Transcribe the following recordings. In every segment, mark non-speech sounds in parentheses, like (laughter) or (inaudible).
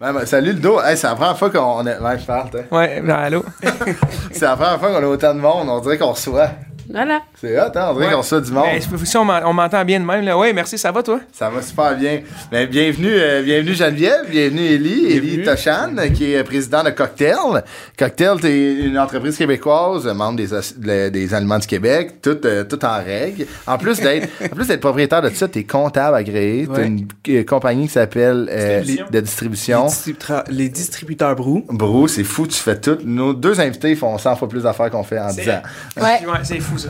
Ouais, bah, salut le dos. Hey, c'est la première fois qu'on est. Ouais, je parle, toi. Ouais, ben, allô? C'est la première fois qu'on a autant de monde. On dirait qu'on reçoit. Voilà. C'est hot, hein? On dirait Ouais. qu'on reçoit du monde. Ben, c'est- si on m'en- on m'entend bien de même, là. Ouais, merci, ça va, toi? Ça va super bien. Ben, bienvenue, euh, bienvenue Geneviève, bienvenue Élie, Élie Toshan, euh, qui est président de Cocktail. Cocktail, t'es une entreprise québécoise, euh, membre des, as- le- des Aliments du Québec, tout, euh, tout en règle. En plus d'être en plus d'être propriétaire de ça, t'es comptable agréé, t'as Ouais. une euh, compagnie qui s'appelle euh, Distribution. de distribution. Les, distributra- les distributeurs Brou. Bro, c'est fou, tu fais tout. Nos deux invités font 100 fois plus d'affaires qu'on fait en 10 ans. Ouais. c'est fou, ça.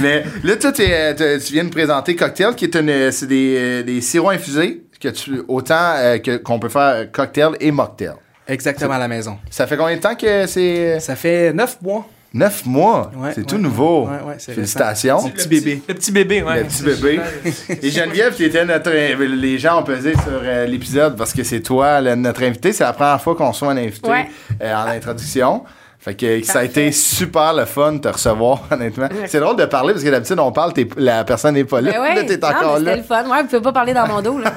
Mais là, toi, t'es, euh, t'es- tu viens de présenter Cocktail, qui est une, euh, c'est des, euh, des sirops infusés, que tu, autant euh, que, qu'on peut faire cocktail et mocktail. Exactement à la maison. Ça fait combien de temps que c'est. euh, Ça fait 9 mois. Neuf mois. Ouais, c'est ouais, tout nouveau. ouais, ouais, c'est Félicitations. récent. Petit bébé. Le petit bébé, ouais. Le petit bébé. Et Geneviève, qui était notre. euh, Les gens ont pesé sur euh, l'épisode parce que c'est toi le- notre invité. C'est la première fois qu'on soit un invité Ouais. euh, en introduction. Fait que ça a été super le fun de te recevoir, (laughs) honnêtement. C'est drôle de parler parce que d'habitude, on parle, t'es- la personne n'est pas là. Mais Ben ouais, Là, t'es non, encore mais là. c'était le fun. Ouais, vous pouvez pas parler dans mon dos, là. (laughs)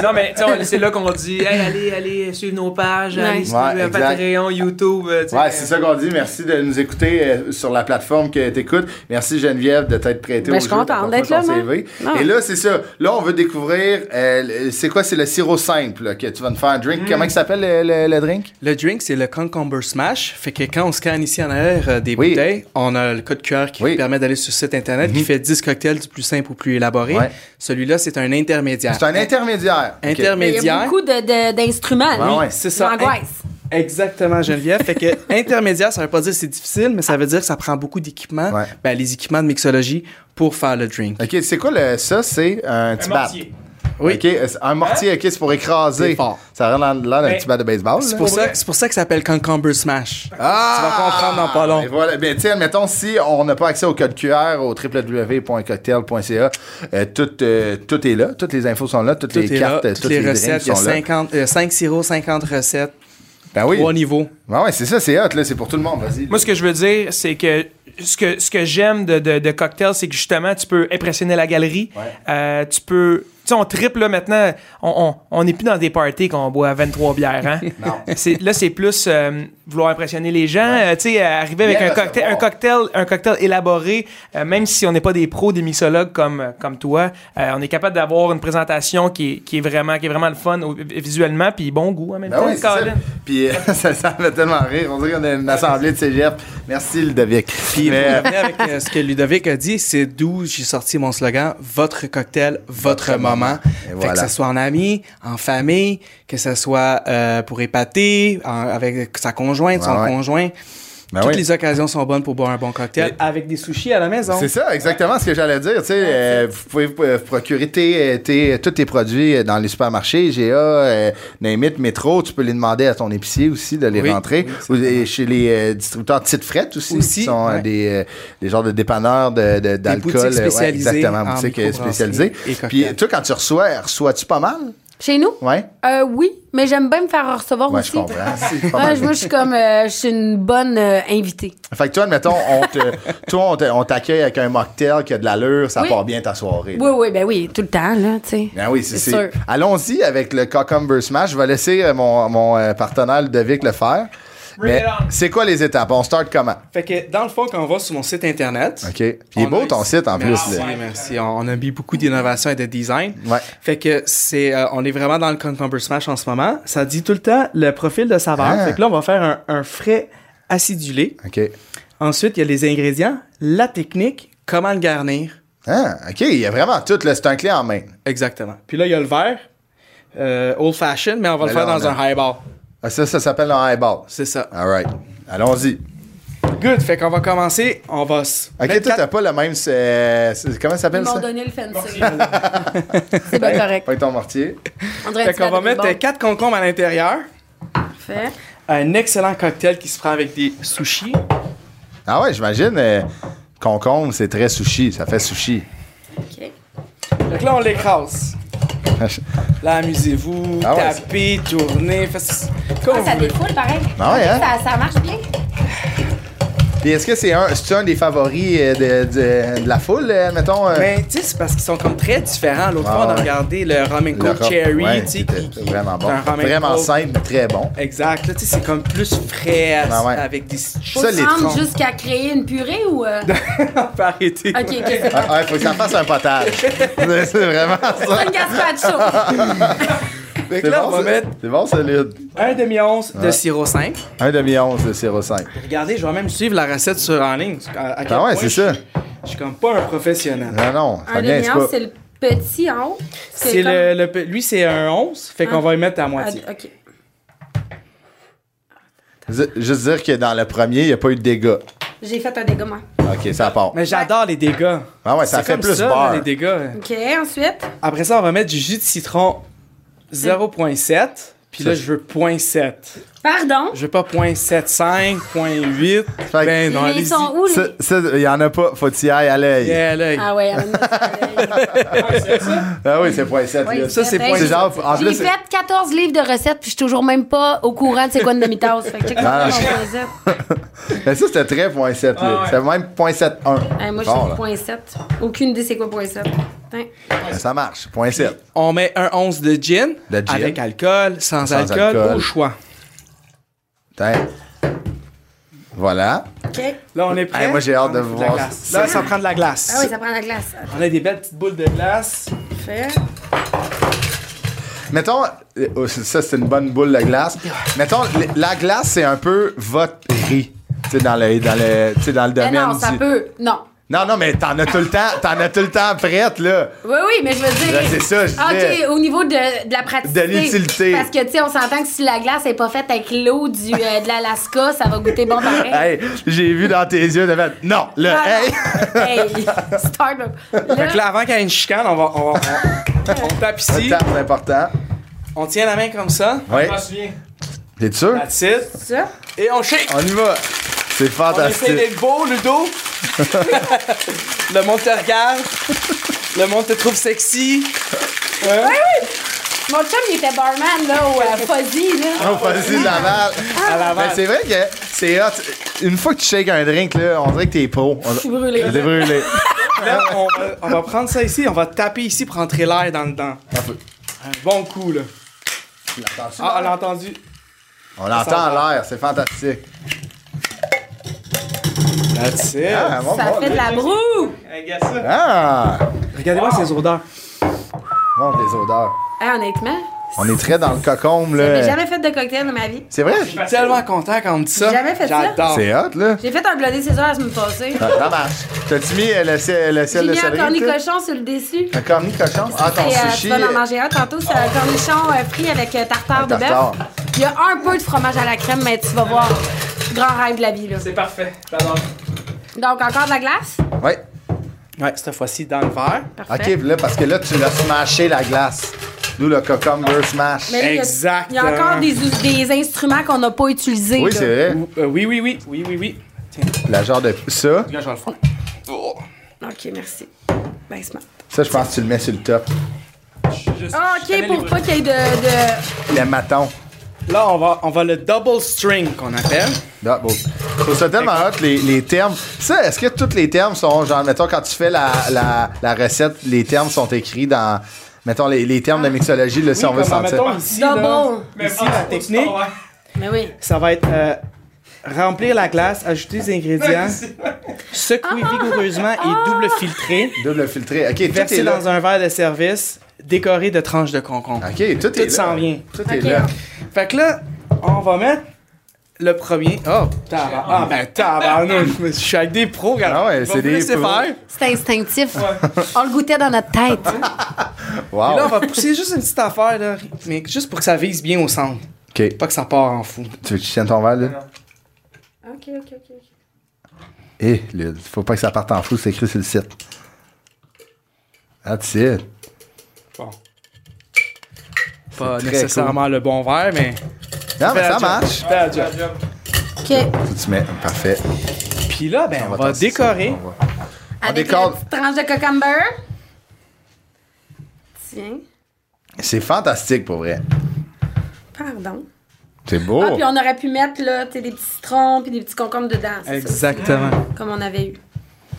Non, mais tu sais, on- c'est là qu'on dit hey, allez, allez suivre nos pages, allez Ouais. suivre Ouais, euh, exact. Patreon, YouTube. euh, tu sais. Ouais, c'est ça qu'on dit. Merci de nous écouter euh, sur la plateforme que t'écoutes. Merci Geneviève de t'être prêtée Ben, au je suis jeu, d'avoir contente d'être fait ton là, moi. CV. Non. Et là, c'est ça. Là, on veut découvrir. euh, le- c'est quoi C'est le sirop simple là, que tu vas nous faire un drink. Comment il s'appelle le, le- le drink Le drink, c'est le Concomber Smash. Fait que quand on scanne ici en arrière euh, des Oui. bouteilles, on a le code QR qui Oui. Mhm. vous permet d'aller sur le site internet qui fait 10 cocktails du plus simple au plus élaboré. Ouais. Celui-là, c'est un intermédiaire. Euh, C'est un intermédiaire. Ok. Mais Il y a Ah, Intermédiaire. beaucoup de- de- d'instruments, Ouais, lui. ouais. C'est ça. L'angoisse. Exactement, Geneviève. (laughs) fait que intermédiaire, ça veut pas dire que c'est difficile, mais ça veut dire que ça prend beaucoup d'équipements, Ouais. ben, les équipements de mixologie pour faire le drink. Ok, c'est quoi le ça C'est un petit Un bat. mortier. Oui. Ok, euh, un mortier. Ok, c'est pour écraser. C'est fort. Ça rend l'air d'un Ben, petit bat de baseball. là. C'est pour, Pour ça, vrai. c'est pour ça que ça s'appelle Concomber Smash. Ah! Tu vas comprendre dans pas long. Et voilà. Ben, tiens, admettons, si on n'a pas accès au code QR au www.cocktail.ca, euh, tout, euh, tout est là. Toutes les infos sont là. Toutes Tout les est cartes, là, euh, toutes les drinks recettes. Il y a sont là. 50, euh, 5 sirops, 50 recettes, Ben oui. trois niveaux. Ben ouais, c'est ça, c'est hot. là, C'est pour tout le monde. Vas-y. Moi, ce que je veux dire, c'est que ce que, ce que j'aime de, de, de Cocktail, c'est que justement, tu peux impressionner la galerie. Ouais. Euh, tu peux. Tu sais, on triple là maintenant. On on- on n'est plus dans des parties qu'on boit 23 bières. Hein? (laughs) Non. C'est- Là, c'est plus euh, vouloir impressionner les gens. euh, tu sais, euh, arriver avec Bien un cocktail, un, recevoir. cocktail, un cocktail élaboré, euh, même si on n'est pas des pros, des mixologues comme, comme toi, euh, on est capable d'avoir une présentation qui est, qui est, vraiment, qui est vraiment le fun au- visuellement, puis bon goût en même Ben temps. oui, c'est ça. Colin. Puis euh, (laughs) ça, ça me fait tellement rire. On dirait qu'on a une assemblée de cégep. Merci, Ludovic. Puis Mais, euh, pour revenir avec euh, ce que Ludovic a dit, c'est d'où j'ai sorti mon slogan Votre cocktail, votre, Votre moment. moment. Et Fait que voilà. ce soit en ami, en famille, que ce soit euh, pour épater, en- avec sa conjointe, son Ouais, ouais. conjoint. Ben Toutes oui. les occasions sont bonnes pour boire un bon cocktail avec des sushis à la maison. C'est ça, exactement ce que j'allais dire. Tu sais, euh, vous pouvez vous euh, procurer tes, tes- tous tes produits euh, dans les supermarchés, GA, euh, Name it, Métro. Tu peux les demander à ton épicier aussi de les Oui, rentrer. oui, Ou, euh, chez les euh, distributeurs petites frettes aussi, Aussi, qui sont euh, ouais. des, euh, des genres de dépanneurs de- de- d'alcool. boutiques euh, ouais, spécialisées exactement, en boutiques euh, microbrasserie spécialisées. et Puis cocktails. toi, quand tu reçois, reçois-tu pas mal? Chez nous? Ouais? Euh, oui, mais j'aime bien me faire recevoir Ouais, je aussi. (laughs) comprends. C'est pas Ouais, mal. je- moi, je suis comme, euh, je suis une bonne euh, invitée. (laughs) Fait que toi, admettons, on te- toi, on te- on t'accueille avec un mocktail qui a de l'allure, ça Oui. part bien ta soirée. là. Oui, oui, ben oui, tout le temps, là, tu sais. Ben oui, c'est C'est c'est- sûr. Allons-y avec le Cucumber Smash. Je vais laisser euh, mon, mon euh, partenaire Ludovic le faire. Bring Mais it on. c'est quoi les étapes? On start comment? Fait que dans le fond, quand on va sur mon site internet. OK. Puis il est on beau a- ton site en Merci, plus. là. merci. On on a mis beaucoup d'innovation et de design. Ouais. Fait que c'est, euh, on est vraiment dans le Concombre Smash en ce moment. Ça dit tout le temps le profil de saveur. Ah. Fait que là, on va faire un, un frais acidulé. OK. Ensuite, il y a les ingrédients, la technique, comment le garnir. Ah, OK. Il y a vraiment tout. là. C'est un clé en main. Exactement. Puis là, il y a le verre, euh, old fashioned, mais on va Mais le faire Ben là, on dans a- un highball. Ah, ça, ça s'appelle un highball. C'est ça. All right. Allons-y. Good. Fait qu'on va commencer. On va. s- OK, toi, 24 t'as pas le même. c'est- c'est- Comment ça Ils s'appelle m'ont ça? donné le fancy. (laughs) c'est bien correct. Pas ton mortier. On dirait Fait que qu'on va mettre euh, bon. quatre concombres à l'intérieur. Parfait. Un excellent cocktail qui se prend avec des sushis. Ah ouais, j'imagine. euh, concombre, c'est très sushi. Ça fait sushi. (laughs) OK. Fait que là, on l'écrase. Là, amusez-vous, Ah ouais, tapez, tournez, faites comme Ah, ça vous voulez. défoule, pareil. Ah ouais, hein? ça, ça marche bien. Puis est-ce que c'est un, c'est un des favoris euh, de, de- de la foule, euh, mettons? euh? Mais tu sais, c'est parce qu'ils sont comme très différents. L'autre Ah, fois, on a ouais. regardé le Rum and Le Coke rhum, Cherry, ouais, tu sais, c'était qui, qui- Vraiment bon. c'est un rum and Vraiment coke. simple, mais très bon. Exact. Là, tu sais, c'est comme plus frais, Ah, ouais. avec des Faut Ça, se les rendre troncs. jusqu'à créer une purée (laughs) ou. euh, Faut arrêter. Ok, ok. Ah, ouais, faut que ça fasse un (laughs) potage. c'est vraiment ça. Pas une gazpacho. Fait que C'est là, on bon, va ça. mettre c'est bon, solide. un demi-once de sirop simple. Un demi-once de 0,5. Regardez, je vais même suivre la recette sur, en ligne. À, à quel Ah ouais, point c'est je- ça. Je suis comme pas un professionnel. Non, non, ça Un vient, c'est demi pas... c'est le petit en haut. C'est comme- le, le pe- lui, c'est un 11, fait qu'on Ah. va y mettre à Ah, moitié. Ok. Ju- Juste dire que dans le premier, il n'y a pas eu de dégâts. J'ai fait un dégât, moi. OK, ça part. Mais j'adore les dégâts. Ah ouais, ça C'est fait comme plus ça, beurre. là, les dégâts. Ok, ensuite. Après ça, on va mettre du jus de citron 0.7. Puis là, Ça, je veux 0.7. Pardon. Je veux pas 0.75, 0.8. Fait que- Ben non, Mais allez-y. ils sont où, Ça, les. ça, il n'y en a pas. Faut y aller à l'œil. Yeah, là, Ah ouais, elle en (laughs) a- Ah oui, c'est 0.7. Ouais, là. ça, c'est ben, point- C'est genre, en J'ai plus, c'est- fait 14 livres de recettes, puis je suis toujours même pas au courant de c'est quoi une demi-tasse. Fait que check Ah, mon je- recette. mais ça, c'était très 0.7. Ah là. ouais. C'était même 0.71. Hey, Moi, je Bon, suis là. point 7. Aucune idée c'est quoi point Hein? 7. Putain. Ça marche. 0.7. on met un 11 de gin, De gin. avec alcool, sans, Sans alcool, alcool. au choix. Tiens. Voilà. OK. Là, on est prêt. Hey, moi, j'ai hâte de On met vous la voir glace. ça. Là, ça prend de la glace. Ah oui, ça prend la glace. On a des belles petites boules de glace. Parfait. Mettons, euh, oh, c'est- ça c'est une bonne boule de glace. Mettons, l- la glace c'est un peu votre riz. Tu sais, dans le, dans le, tu sais, dans le Mais domaine. non, ça du- peut. Non. Non, non, mais t'en as tout le temps, t'en as tout le temps prête, là. Oui, oui, mais je veux dire. Là, c'est ça, je Ah, disais. OK, au niveau de, de la pratique. De l'utilité. Parce que, tu sais, on s'entend que si la glace n'est pas faite avec l'eau du, euh, de l'Alaska, ça va goûter bon pareil. Hey, j'ai vu dans tes yeux de fait, non, le Ah, hey. non. hey, start up. Fait que là, avant qu'il y ait une chicane, on va. On, va- on- on tape ici. Ça, c'est important. On tient la main comme ça. Ouais. Je m'en souviens. T'es sûr? That's it. ça. Et on shake. On y va. C'est On essaie fantastique. d'être beau, (laughs) Ludo. le monde te regarde. Le monde te trouve sexy. Mon chum, il était barman, là, au euh, Fuzzy, là. On facile Laval. À l'avant. Mais Ben, c'est vrai que c'est hot. Une fois que tu shakes un drink, là, on dirait que t'es pro. On- Je suis brûlée. T'es brûlé. Là, on va, on va prendre ça ici. On va taper ici pour entrer l'air dans le dent. Un bon coup, là. Ah, on l'a entendu. On entend l'air, c'est fantastique. That's it. Ah, bon, Ça bon. fait de la broue. Regarde ça. Ah! Regardez-moi ces odeurs. Bon, les odeurs. Hey, honnêtement, On est très dans le cocombe, j'ai là. jamais fait de cocktail de ma vie. C'est vrai? Je suis tellement content quand on me dit ça. J'ai jamais fait ça. J'adore. C'est hot, là. J'ai fait un blodé César la semaine passée. Ah, Ça marche. T'as-tu mis euh, le, ciel le J'ai ciel de mis un céleri? toi? cornichon sur le dessus. Un cornichon? Ah, ton Et, euh, tu sushi. vas en manger un tantôt, c'est un cornichon euh, frit avec euh, tartare Un de Ah, tartare. bœuf. Il y a un peu de fromage à la crème, mais tu vas voir. Grand rêve de la vie, là. C'est parfait. J'adore. Donc, encore de la glace? Oui. Ouais, cette fois-ci dans le verre. OK, Parfait. là, parce que là, tu l'as smashé, la glace. D'où le cocombe smash. Mais là, il y a- Exactement. Il y a encore des, ou- des instruments qu'on n'a pas utilisés. Oui, là. c'est vrai. Ou- euh, oui, oui, oui. Oui, oui, oui. Tiens, La genre de... Ça, regarde, je vais le faire. Oh. OK, merci. Ben, smart. ça, je pense que tu le mets sur le top. Ah, OK, pour pas qu'il y ait de... de- Le maton. Là, on va, on va le double string qu'on appelle. Ah, beau. Je trouve ça tellement hot, les, les termes. Ça, est-ce que tous les termes sont, genre, mettons, quand tu fais la, la, la recette, les termes sont écrits dans, mettons, les, les termes de mixologie, là, si on veut Comme, sentir. mettons, ici, Double. là, ici, la technique, Mais oui. ça va être euh, remplir la glace, ajouter (laughs) des ingrédients, secouer Ah! vigoureusement et double filtrer, Double filtré. OK, tout est verser là. dans un verre de service, décorer de tranches de concombre. OK, tout, est Tout là. s'en vient. Tout est OK. là. Fait que là, on va mettre le premier. Oh, tabarnak. Ah, ben tabarnak. (laughs) Je suis avec des pros, gars. Ah ouais, Je vais c'est vous des laisser pros. faire. C'était instinctif. On le goûtait dans notre tête. Wow. Puis là, on va pousser juste une petite affaire, là, mais juste pour que ça vise bien au centre. OK, Pas que ça part en fou. tu veux que je tienne ton verre, là? ah. OK, OK, OK. Eh, là, faut pas que ça parte en fou, c'est écrit sur le site. That's it. Bon. Pas très nécessairement le bon verre, mais. Non, mais Fais ça la job. marche. Fais la job. OK. Tu mets, parfait. Puis là, ben, on, va tasser ça. décorer. On va- Avec décore. la petite tranche de cucumber. Tiens, C'est fantastique, pour vrai. pardon. C'est beau. Ah, puis on aurait pu mettre là, tu sais, des petits citrons puis des petits concombres dedans. c'est ça, Exactement. comme on avait eu.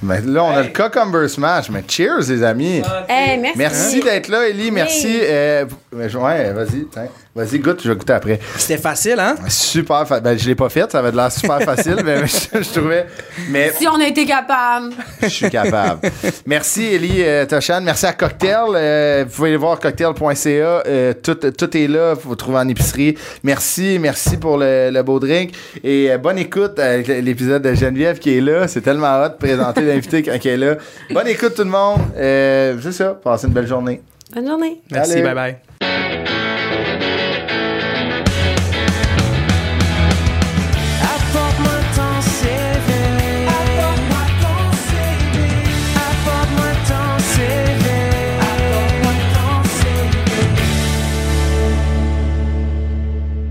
Mais là, on a le Cucumber Smash. Mais cheers, les amis. Hey, Eh, merci. Merci d'être là, Ellie. Merci. euh, mais je- ouais, vas-y. tiens. Vas-y, goûte. Je vais goûter après. C'était facile, hein? Super facile. Ben, je l'ai pas fait. Ça avait de l'air super (laughs) facile, mais je, je trouvais. Mais Si on a été capable. je suis capable. Merci, Ellie euh, Toshan. Merci à Cocktail. Euh, vous pouvez aller voir cocktail.ca. Euh, tout, tout est là. Vous le trouvez en épicerie. Merci. Merci pour le, le beau drink. Et euh, bonne écoute à l'épisode de Geneviève qui est là. C'est tellement hot de présenter l'invité (laughs) quand elle est là. Bonne écoute, tout le monde. Euh, C'est ça. Passez une belle journée. Bonne journée. Allez. Merci, bye bye.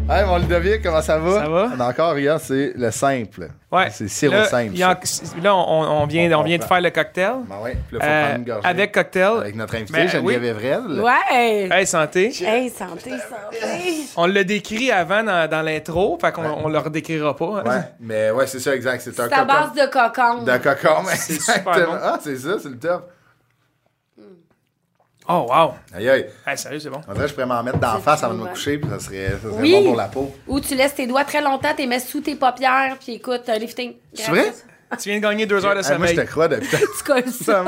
Hey, mon Ludovic, comment ça va? Ça va? On a encore, regarde, c'est le simple. Ouais. C'est sirop Là, simple. il y a- ça. là, on, on vient, On on vient de comprend. faire le cocktail. Ben ouais, puis là, faut Euh, prendre une gorgée. avec cocktail. Avec notre invité, Ben, Geneviève Evrel. Ouais. Hey, santé. Hey, santé, santé. On l'a décrit avant dans, dans l'intro, fait qu'on on le redécrira pas. hein. Ouais, mais ouais, c'est ça, exact. C'est un C'est à base de cocon. de cocombe. C'est exactement. super bon. Ah, c'est ça, c'est le top. (laughs) Oh, wow. Aïe, aïe. Hey, sérieux, c'est bon. En vrai, je pourrais m'en mettre dans la C'est face avant de me fou, coucher, puis ça serait, ça serait Oui. bon pour la peau. Où tu laisses tes doigts très longtemps, t'es mets sous tes paupières, puis écoute, un lifting. C'est vrai? Tu viens de gagner deux heures de Hey, moi, je sommeil. te crois (laughs) depuis tant (laughs) Tu colles de ça. temps.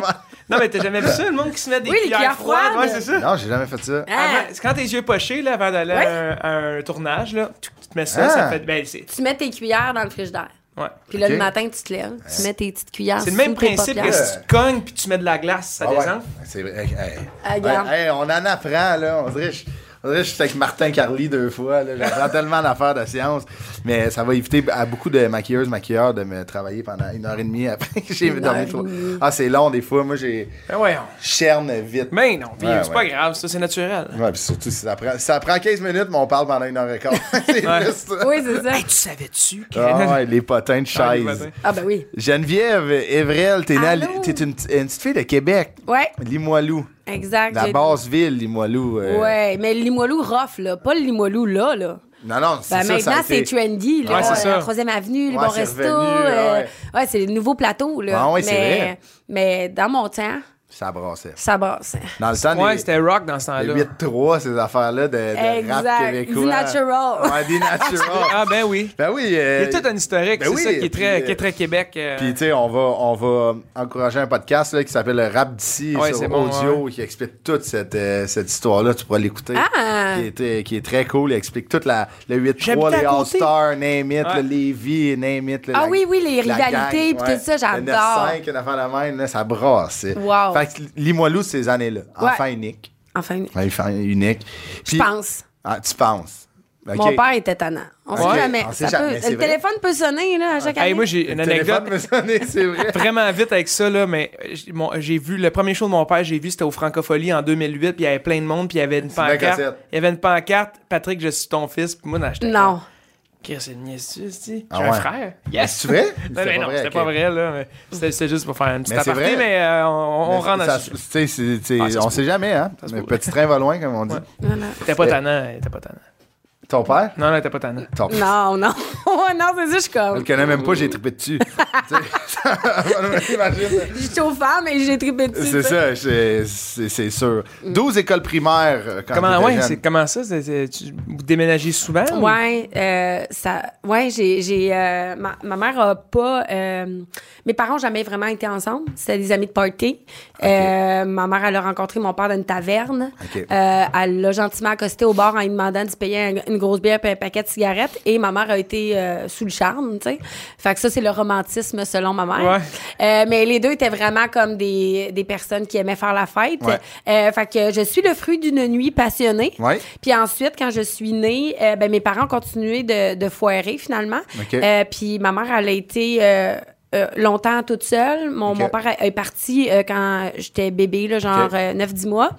non, mais t'as jamais vu ça, le monde qui se met des Oui, les cuillères cuillères froides. froides. Ouais, c'est ça. Non, j'ai jamais fait ça. Ah, Avant- c'est quand tes yeux pochés, là, avant d'aller Ouais. à, un, à un tournage, là, tu tu te mets ça, Ah. ça fait. Ben, c'est. tu mets tes cuillères dans le frigidaire. Ouais. Puis là, Ok. le matin, tu te lèves, tu mets tes petites cuillères C'est le même sous tes principe que paupières. si tu cognes puis tu mets de la glace, ça Ah ouais. descend. C'est vrai. Hey, hey. Ah, regarde. Ouais, hey, on en apprend, là. On dirait que je, on dirait que je suis avec Martin Carly deux fois. là. (laughs) J'apprends tellement d'affaires de science. Mais ça va éviter à beaucoup de maquilleuses, maquilleurs de me travailler pendant une heure et demie après que j'ai Une heure dormi et trop. demie. Ah, c'est long des fois. Moi, j'ai Ben, voyons. je cherne vite. Mais non, vieux, Ouais, c'est ouais. pas grave, ça, c'est naturel. Ouais, puis surtout, si ça, prend, si ça prend 15 minutes, mais on parle pendant une heure et quart. c'est (laughs) Ouais. juste ça. (laughs) Oui, c'est ça. Hey, tu savais-tu que. Ah ouais, les potins de Ah, les chaise. potins. Ah, ben oui. Geneviève Evrel, t'es née à- Allô? t'es une, une petite fille de Québec, Ouais, Limoilou. exact. La j'ai- basse ville, Limoilou. euh, Ouais, mais le Limoilou rough, là. Pas le Limoilou là, là. Non, non, c'est Ben, ça, ça a maintenant, c'est été- trendy, là. Ouais, c'est ça. La 3e avenue, les Ouais, bons c'est restos. revenu, euh, ouais. ouais, c'est les nouveaux plateaux, là. Ah ouais, c'est mais, vrai. mais dans mon temps, Ça brassait. ça hein. brasse. Dans le temps Ouais, des, c'était rock dans ce des temps-là. 8-3, ces affaires-là de, de rap Exact. québécois. The Natural. Ouais, (laughs) des Natural. Ah, ben oui. ben oui. Il euh, y a tout un historique, ben c'est oui, ça qui est, puis, très, euh, qui est très Québec. euh, Puis, tu sais, on va, on va encourager un podcast là, qui s'appelle le Rap d'ici Ouais, sur c'est bon, audio qui explique toute cette, euh, cette histoire-là. Tu pourras l'écouter. Ah! Qui, est, euh, qui est très cool. Il explique toute la, le 8-3, J'habitais les à côté. All-Stars, Name It, Ouais. le Lévis, Name It. le- Ah la- oui, oui, les la rivalités, gang, puis ouais. tout ça, Le j'adore. 9-5, une affaire de même, là, ça brasse. Wow. Fait que Limoilou, ces années-là. Enfant Ouais. unique. Enfin, Enfant unique. je Puis- pense. Ah, tu penses. OK. Mon père était tannant. On Ok, sait jamais. on sait Ça jamais, peut- c'est Le vrai. téléphone peut sonner, là, à chaque année. Hey, moi, j'ai une Le téléphone anecdote me sonnait, c'est (laughs) vrai. (laughs) vraiment vite avec ça, là, mais euh, j'ai- mon- j'ai vu, le premier show de mon père, j'ai vu, c'était au Francofolie en 2008, puis il y avait plein de monde, puis il y avait une Sylvain pancarte. Cossette. Il y avait une pancarte, Patrick, je suis ton fils, puis moi, non, j'étais Non. Chris, c'est le mien, c'est J'ai Ah un ouais. frère. C'est vrai? Non, mais non, c'était ok. pas vrai, là. mais C'était c'était juste pour faire une petite Mais c'est aparté, vrai. mais euh, on, on Mais rentre dans ça le se- sujet. tu sais, c'est- c'est- Ah, ça se on peut. sait jamais, hein? se Le peut. petit train va loin, comme on dit. Ouais. Voilà. T'es pas tannant, t'es pas tannant. Ton père? Non, non, t'es pas tannant. Ton père. Non, non. (laughs) Oh, non, c'est ça, je suis Je le comme. connais même pas, j'ai trippé dessus. Tu sais, (laughs) imagine. Je suis chauffeur, mais j'ai trippé dessus. C'est tu sais. ça, c'est- c'est c'est sûr. 12 écoles primaires euh, quand Comment, t'étais ouais, jeune. c'est comment ça? c'est- c'est- tu- vous déménagez souvent? ou- Ouais, euh, ça, ouais, j'ai, j'ai, euh, ma, ma mère a pas, euh, mes parents ont jamais vraiment été ensemble. C'était des amis de party. Euh, ma mère, elle a rencontré mon père dans une taverne. Ok. Euh, elle l'a gentiment accosté au bar en lui demandant de se payer un- une grosse bière et un paquet de cigarettes. Et ma mère a été euh, sous le charme, tu sais. Fait que ça, c'est le romantisme selon ma mère. Ouais. Euh, mais les deux étaient vraiment comme des, des personnes qui aimaient faire la fête. Ouais. Euh, fait que je suis le fruit d'une nuit passionnée. Ouais. Puis ensuite, quand je suis née, euh, ben, mes parents ont continué de, de foirer finalement. OK. Euh, puis ma mère, elle a été euh, euh, longtemps toute seule. Mon, OK. mon père est parti euh, quand j'étais bébé, là, genre OK. euh, 9-10 mois.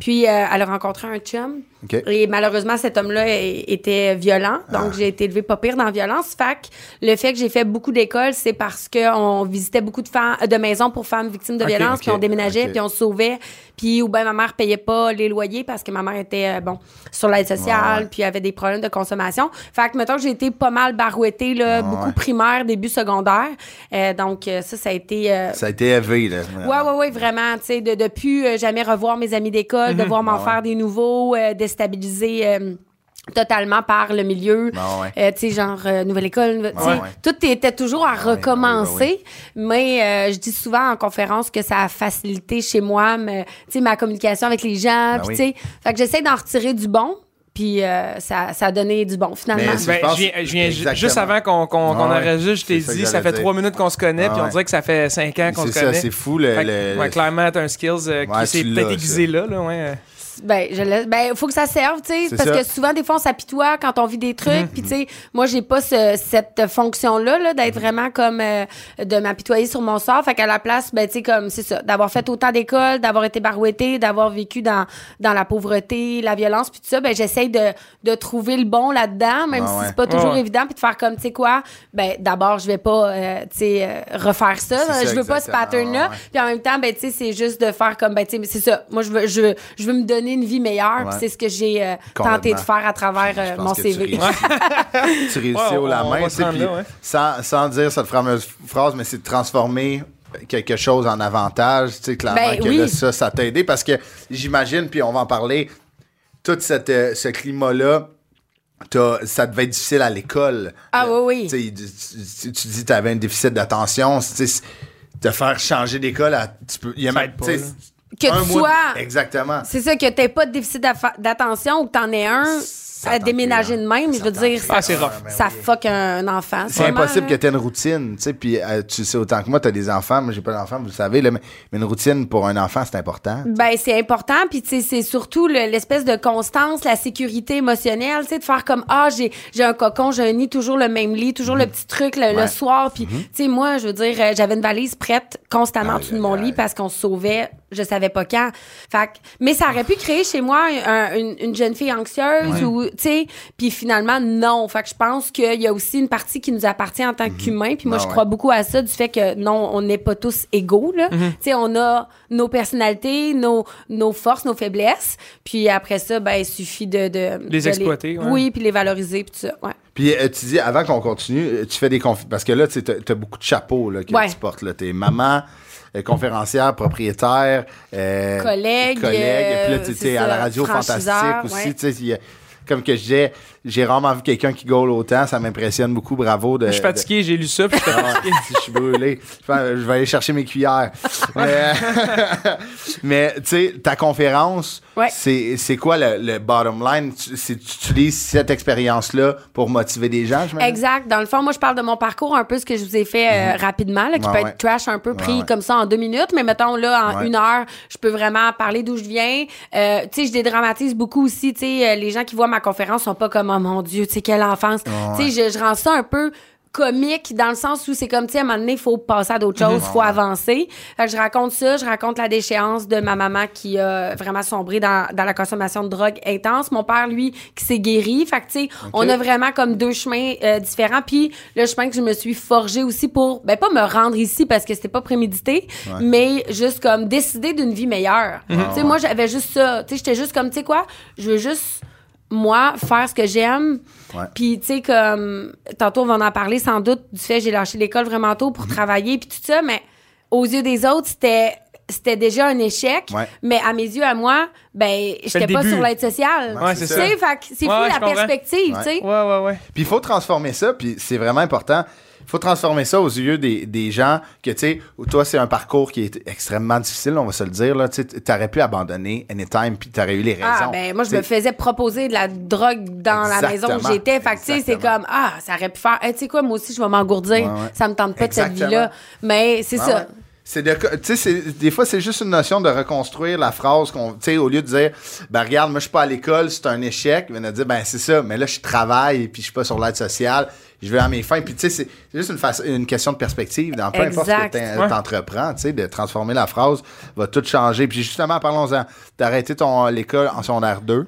Puis euh, elle a rencontré un chum. OK. Ah. Et malheureusement, cet homme-là é- était violent. Donc, j'ai été élevée pas pire dans la violence. Fac, le fait que j'ai fait beaucoup d'écoles, c'est parce qu'on visitait beaucoup de, fem- de maisons pour femmes victimes de Ok, violence, ok, puis on déménageait, ok. puis on se sauvait. Puis, ou bien ma mère payait pas les loyers parce que ma mère était, euh, bon, sur l'aide sociale, Ouais. puis avait des problèmes de consommation. Fait que, mettons, que j'ai été pas mal barouettée, là, beaucoup Ah, ouais. primaire, début secondaire. Euh, donc, euh, ça, ça a été... euh, Ça a été élevé, là. Ouais, ouais, ouais, vraiment. Tu sais, de, de plus euh, jamais revoir mes amis d'école, de voir m'en Mhm. Ben Ouais, faire des nouveaux, euh, déstabiliser euh, totalement par le milieu. Ben Ouais, Ben Euh, tu sais, genre, euh, nouvelle école, nouvel- tu sais, Ouais, ouais. tout était toujours à ouais, ben ouais, recommencer. Mais euh, je dis souvent en conférence que ça a facilité chez moi, me- tu sais, ma communication avec les gens. Ben puis oui. tu sais, fait que j'essaie d'en retirer du bon. Puis euh, ça, ça a donné du bon, finalement. Mais c'est- Ben, Je pense- je viens, je viens ju- Exactement. juste avant qu'on qu'on qu'on Ah ouais, enregistre, je t'ai c'est ça que dit, ça j'allais fait dire. trois minutes qu'on se connaît, Ah puis on ouais. dirait que ça fait cinq ans qu'on C'est se ça, connaît. c'est fou, le. Fait que, le- ouais, le- clairement, t'as un skills Ouais, euh, qui s'est tu peut-être l'as, Euh, aiguisé là, là, ouais. Ben, je laisse- ben, faut que ça serve, tu sais, C'est parce ça. Mhm. que souvent, des fois, on s'apitoie quand on vit des trucs, puis tu sais, moi, j'ai pas ce- cette fonction-là, là, Mhm. d'être vraiment comme, euh, de m'apitoyer sur mon sort, fait qu'à la place, ben, tu sais, comme, c'est ça, d'avoir fait autant d'écoles, d'avoir été barouetté, d'avoir vécu dans, dans la pauvreté, la violence, puis tout ça, ben, j'essaye de, de trouver le bon là-dedans, même Ah si ouais. c'est pas toujours Ah ouais. évident, puis de faire comme, tu sais quoi, ben, d'abord, je vais pas, euh, tu sais, euh, refaire ça, C'est ça, je veux pas ce exactement. pattern-là, Ah ouais. puis en même temps, ben, tu sais, c'est juste de faire comme, ben, tu sais, mais c'est ça. Moi, je veux, je, veux- je veux me donner une vie meilleure. Ouais. puis C'est ce que j'ai euh, Complètement. tenté de faire à travers euh, Je pense mon que CV. Tu réussis, (laughs) tu réussis Ouais, au la on- on main, va tu se sais, rendre puis là, ouais. sans, sans dire cette fameuse phrase, mais c'est de transformer quelque chose en avantage, tu sais, clairement Ben que oui. là, ça, ça t'a aidé parce que j'imagine, puis on va en parler, tout cette, euh, ce climat-là, t'as- ça devait être difficile à l'école. Ah Le- oui, oui. tu sais, Tu, tu- tu dis que tu avais un déficit d'attention, tu sais, te faire changer d'école, à- tu peux... il y a Ça même- aide pas, tu sais, là. Que un tu mois- sois- Exactement. C'est ça, que t'aies pas de déficit d'affa- d'attention ou que t'en aies un Ça à t'en déménager fait, de même, ça je veux t'en dire, fait. ça, Ah, c'est rough. ben ça oui. fuck un enfant. C'est impossible que tu aies une routine, tu sais, puis euh, tu sais autant que moi, tu as des enfants, moi j'ai pas d'enfants, vous le savez, là, mais, mais une routine pour un enfant, c'est important. Ben, c'est important. Puis, tu sais, c'est surtout le- l'espèce de constance, la sécurité émotionnelle, tu sais, de faire comme, ah, j'ai, j'ai un cocon, j'ai un nid, toujours le même lit, toujours le petit truc le, le Mhm. Ouais. Mhm. soir. Puis, tu sais, moi, je veux dire, euh, j'avais une valise prête constamment en Aïe, dessous de aïe, mon lit aïe. parce qu'on se sauvait, je savais pas quand. Fait que- mais ça aurait pu créer chez moi un- une, une jeune fille anxieuse ou, tu sais, puis finalement, non. Fait que je pense qu'il y a aussi une partie qui nous appartient en tant qu'humains. Puis moi, Ah je ouais. crois beaucoup à ça du fait que non, on n'est pas tous égaux. Là. Tu sais, on a nos personnalités, nos, nos forces, nos faiblesses. Puis après ça, ben, il suffit de. de de exploiter, ouais. Oui, puis les valoriser, puis tout ça. Ouais. Puis euh, tu dis, avant qu'on continue, euh, tu fais des conférences, parce que là, tu as, beaucoup de chapeaux là, que Ouais. tu portes, tu es maman, euh, conférencière, propriétaire, euh, collègue, Collègue, puis là, euh, tu c'est es à ça, la radio franchiseur, fantastique aussi, ouais. tu sais, il y a- comme que je disais, j'ai rarement vu quelqu'un qui gaule autant, ça m'impressionne beaucoup, bravo. De, Je suis fatigué, j'ai lu ça, puis (laughs) j'étais Ah, si je suis brûlé. Je vais- je vais aller chercher mes cuillères. Mais, (laughs) mais, tu sais, ta conférence, Ouais. c'est c'est quoi le, le bottom line? Tu, c'est- tu utilises cette expérience-là pour motiver des gens, je Exact. Dans le fond, moi, je parle de mon parcours, un peu ce que je vous ai fait euh, rapidement, là, qui Mm-hmm. Ouais, peut ouais. être trash un peu pris Ouais, ouais. comme ça en deux minutes, mais mettons, là, en Ouais. une heure, je peux vraiment parler d'où je viens. Euh, tu sais, je dédramatise beaucoup aussi. Tu sais, euh, les gens qui voient ma conférence sont pas comme, oh mon Dieu, tu sais, quelle enfance. Tu sais, je, je rends ça un peu comique dans le sens où c'est comme tu sais à un moment donné il faut passer à d'autres Mm-hmm. choses, faut avancer. Fait que je raconte ça, je raconte la déchéance de ma maman qui a vraiment sombré dans, dans la consommation de drogue intense, mon père lui qui s'est guéri. Fait que tu sais, on a vraiment comme deux chemins euh, différents puis le chemin que je me suis forgé aussi pour ben pas me rendre ici parce que c'était pas prémédité, mais juste comme décider d'une vie meilleure. Tu sais moi j'avais juste ça, tu sais j'étais juste comme tu sais quoi, je veux juste moi faire ce que j'aime. Ouais. Puis, tu sais, comme, tantôt, on va en parler sans doute du fait que j'ai lâché l'école vraiment tôt Mhm. pour travailler, puis tout ça, mais aux yeux des autres, c'était c'était déjà un échec, Ouais. mais à mes yeux, à moi, ben, j'étais pas début. sur l'aide sociale. Ouais, c'est Tu ça. sais, fait que c'est Ouais, ouais, fou je la comprends. perspective, Ouais. tu sais. Ouais, ouais, ouais. Puis il faut transformer ça, puis c'est vraiment important. Il faut transformer ça aux yeux des, des gens que, tu sais, toi, c'est un parcours qui est extrêmement difficile, on va se le dire. Là, tu sais, t'aurais pu abandonner anytime, puis t'aurais eu les raisons. Ah, ben, moi, je me Tu sais, faisais proposer de la drogue dans la maison où Exactement. j'étais. Fait que, tu sais, c'est Exactement. comme, ah, ça aurait pu faire, Hey, tu sais quoi, moi aussi, je vais m'engourdir. Ouais, ouais. Ça me tente pas de cette Exactement. vie-là. Mais c'est Ah ça. ouais. C'est de, tu sais, c'est- des fois, c'est juste une notion de reconstruire la phrase qu'on, tu sais, au lieu de dire, ben, regarde, moi, je suis pas à l'école, c'est un échec, mais de dire, ben, c'est ça, mais là, je travaille, puis je suis pas sur l'aide sociale, je vais à mes fins, puis tu sais, c'est c'est juste une, façon- une question de perspective, dans peu importe ce que Exact. t'in- Ouais. t'entreprends, tu sais, de transformer la phrase va tout changer. Puis justement, parlons-en, t'as arrêté ton, l'école en secondaire 2.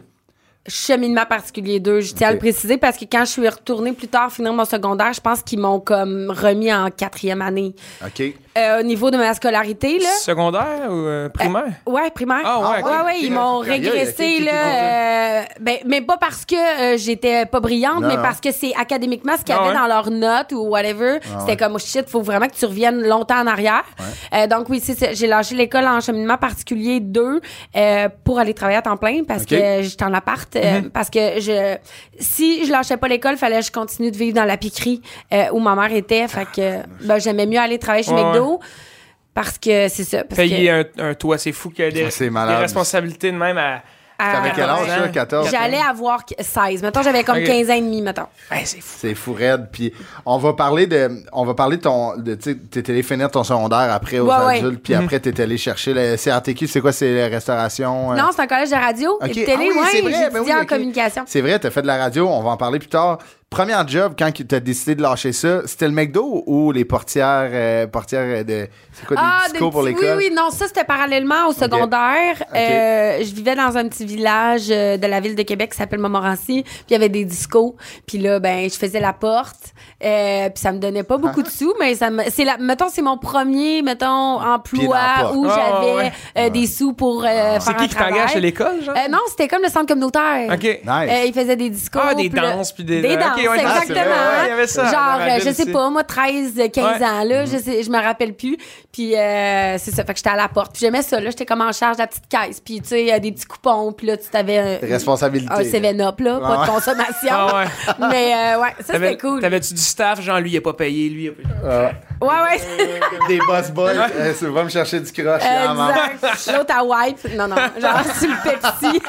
cheminement particulier 2, je tiens à le Ok. préciser parce que quand je suis retournée plus tard finir mon secondaire, je pense qu'ils m'ont comme remis en quatrième année. OK. Euh, au niveau de ma scolarité, là. Secondaire ou euh, primaire? Ouais, primaire. Ah, ouais, ouais, ok. ouais, ils m'ont Aïe, aïe, ok, régressé ok, là. euh, ben, mais pas parce que euh, j'étais pas brillante, Non, mais non. parce que c'est académiquement ce qu'il y Ah, avait ouais. dans leurs notes ou whatever. C'était Ah, ouais. comme oh, shit, faut vraiment que tu reviennes longtemps en arrière. Euh, donc oui, c'est ça. j'ai lâché l'école en cheminement particulier 2 euh, pour aller travailler à temps plein parce Ok. que j'étais en appart euh, Mm-hmm. parce que je si je lâchais pas l'école, fallait que je continue de vivre dans la piquerie euh, où ma mère était, fait Ah, que ben, j'aimais mieux aller travailler chez Ouais, McDo. Parce que c'est ça. parce que- Payer un, un toit, c'est fou qu'il y a des, Ça, c'est des malade. responsabilités de même à. à- T'avais quel âge, ça? 14? J'allais avoir qu- 16. Mettons, j'avais comme Ok. 15 ans et demi, mettons. Hey, c'est fou. C'est fou raide. Puis on va parler de, on va parler de ton, de, tu sais, t'es allé finir ton secondaire après aux Ouais, ouais. Mhm. adultes, puis après t'es allé chercher le CRTQ. C'est quoi, c'est la restauration? euh? Non, c'est un collège de radio Ok. et de télé, Ah oui, ouais, c'est vrai, j'étudiais ben oui, en ok. communication. C'est vrai, t'as fait de la radio. On va en parler plus tard. Premier job quand tu as décidé de lâcher ça, c'était le McDo ou les portières, euh, portières de, c'est quoi, des Ah, discos des pour petits- l'école? Oui, oui, non, ça, c'était parallèlement au secondaire. Euh, je vivais dans un petit village euh, de la ville de Québec qui s'appelle Montmorency. Puis il y avait des discos. Puis là, ben, je faisais la porte. Euh, puis ça me donnait pas beaucoup de sous, mais ça me, c'est la, mettons, c'est mon premier, mettons, Ah. Pied dans la emploi porte. où Ah, j'avais ouais. Ah. euh, des sous pour euh, faire C'est un qui qui t'engage travail. à l'école, genre? Euh, non, c'était comme le centre communautaire. OK. Nice. Euh, il faisait des discours. Ah, des puis là- danses, puis des- Des ok, danses, ouais, ah, c'est vrai, exactement. ouais, il y avait ça, dans Genre, la euh, ville je sais aussi. pas, moi, 13, euh, 15 Ouais. Mhm. ans, là, je, sais, je me rappelle plus. Puis, euh, c'est ça, fait que j'étais à la porte. Puis, j'aimais ça, là, j'étais comme en charge de la petite caisse. Puis, tu sais, il y a des petits coupons, puis là, tu t'avais Des un, responsabilités, un là. 7-up, là, pas Ouais. de consommation. Ah ouais. Mais, euh, ouais, ça, T'avais- c'était cool. Ouais, T'avais-tu du staff, genre lui, il a pas payé, lui, il a pas payé. Ah. ouais. des boss (laughs) boys. Euh, c'est va me chercher du croche. là, maman. exact. L'autre à wipe. Non, non, genre, sur le Pepsi.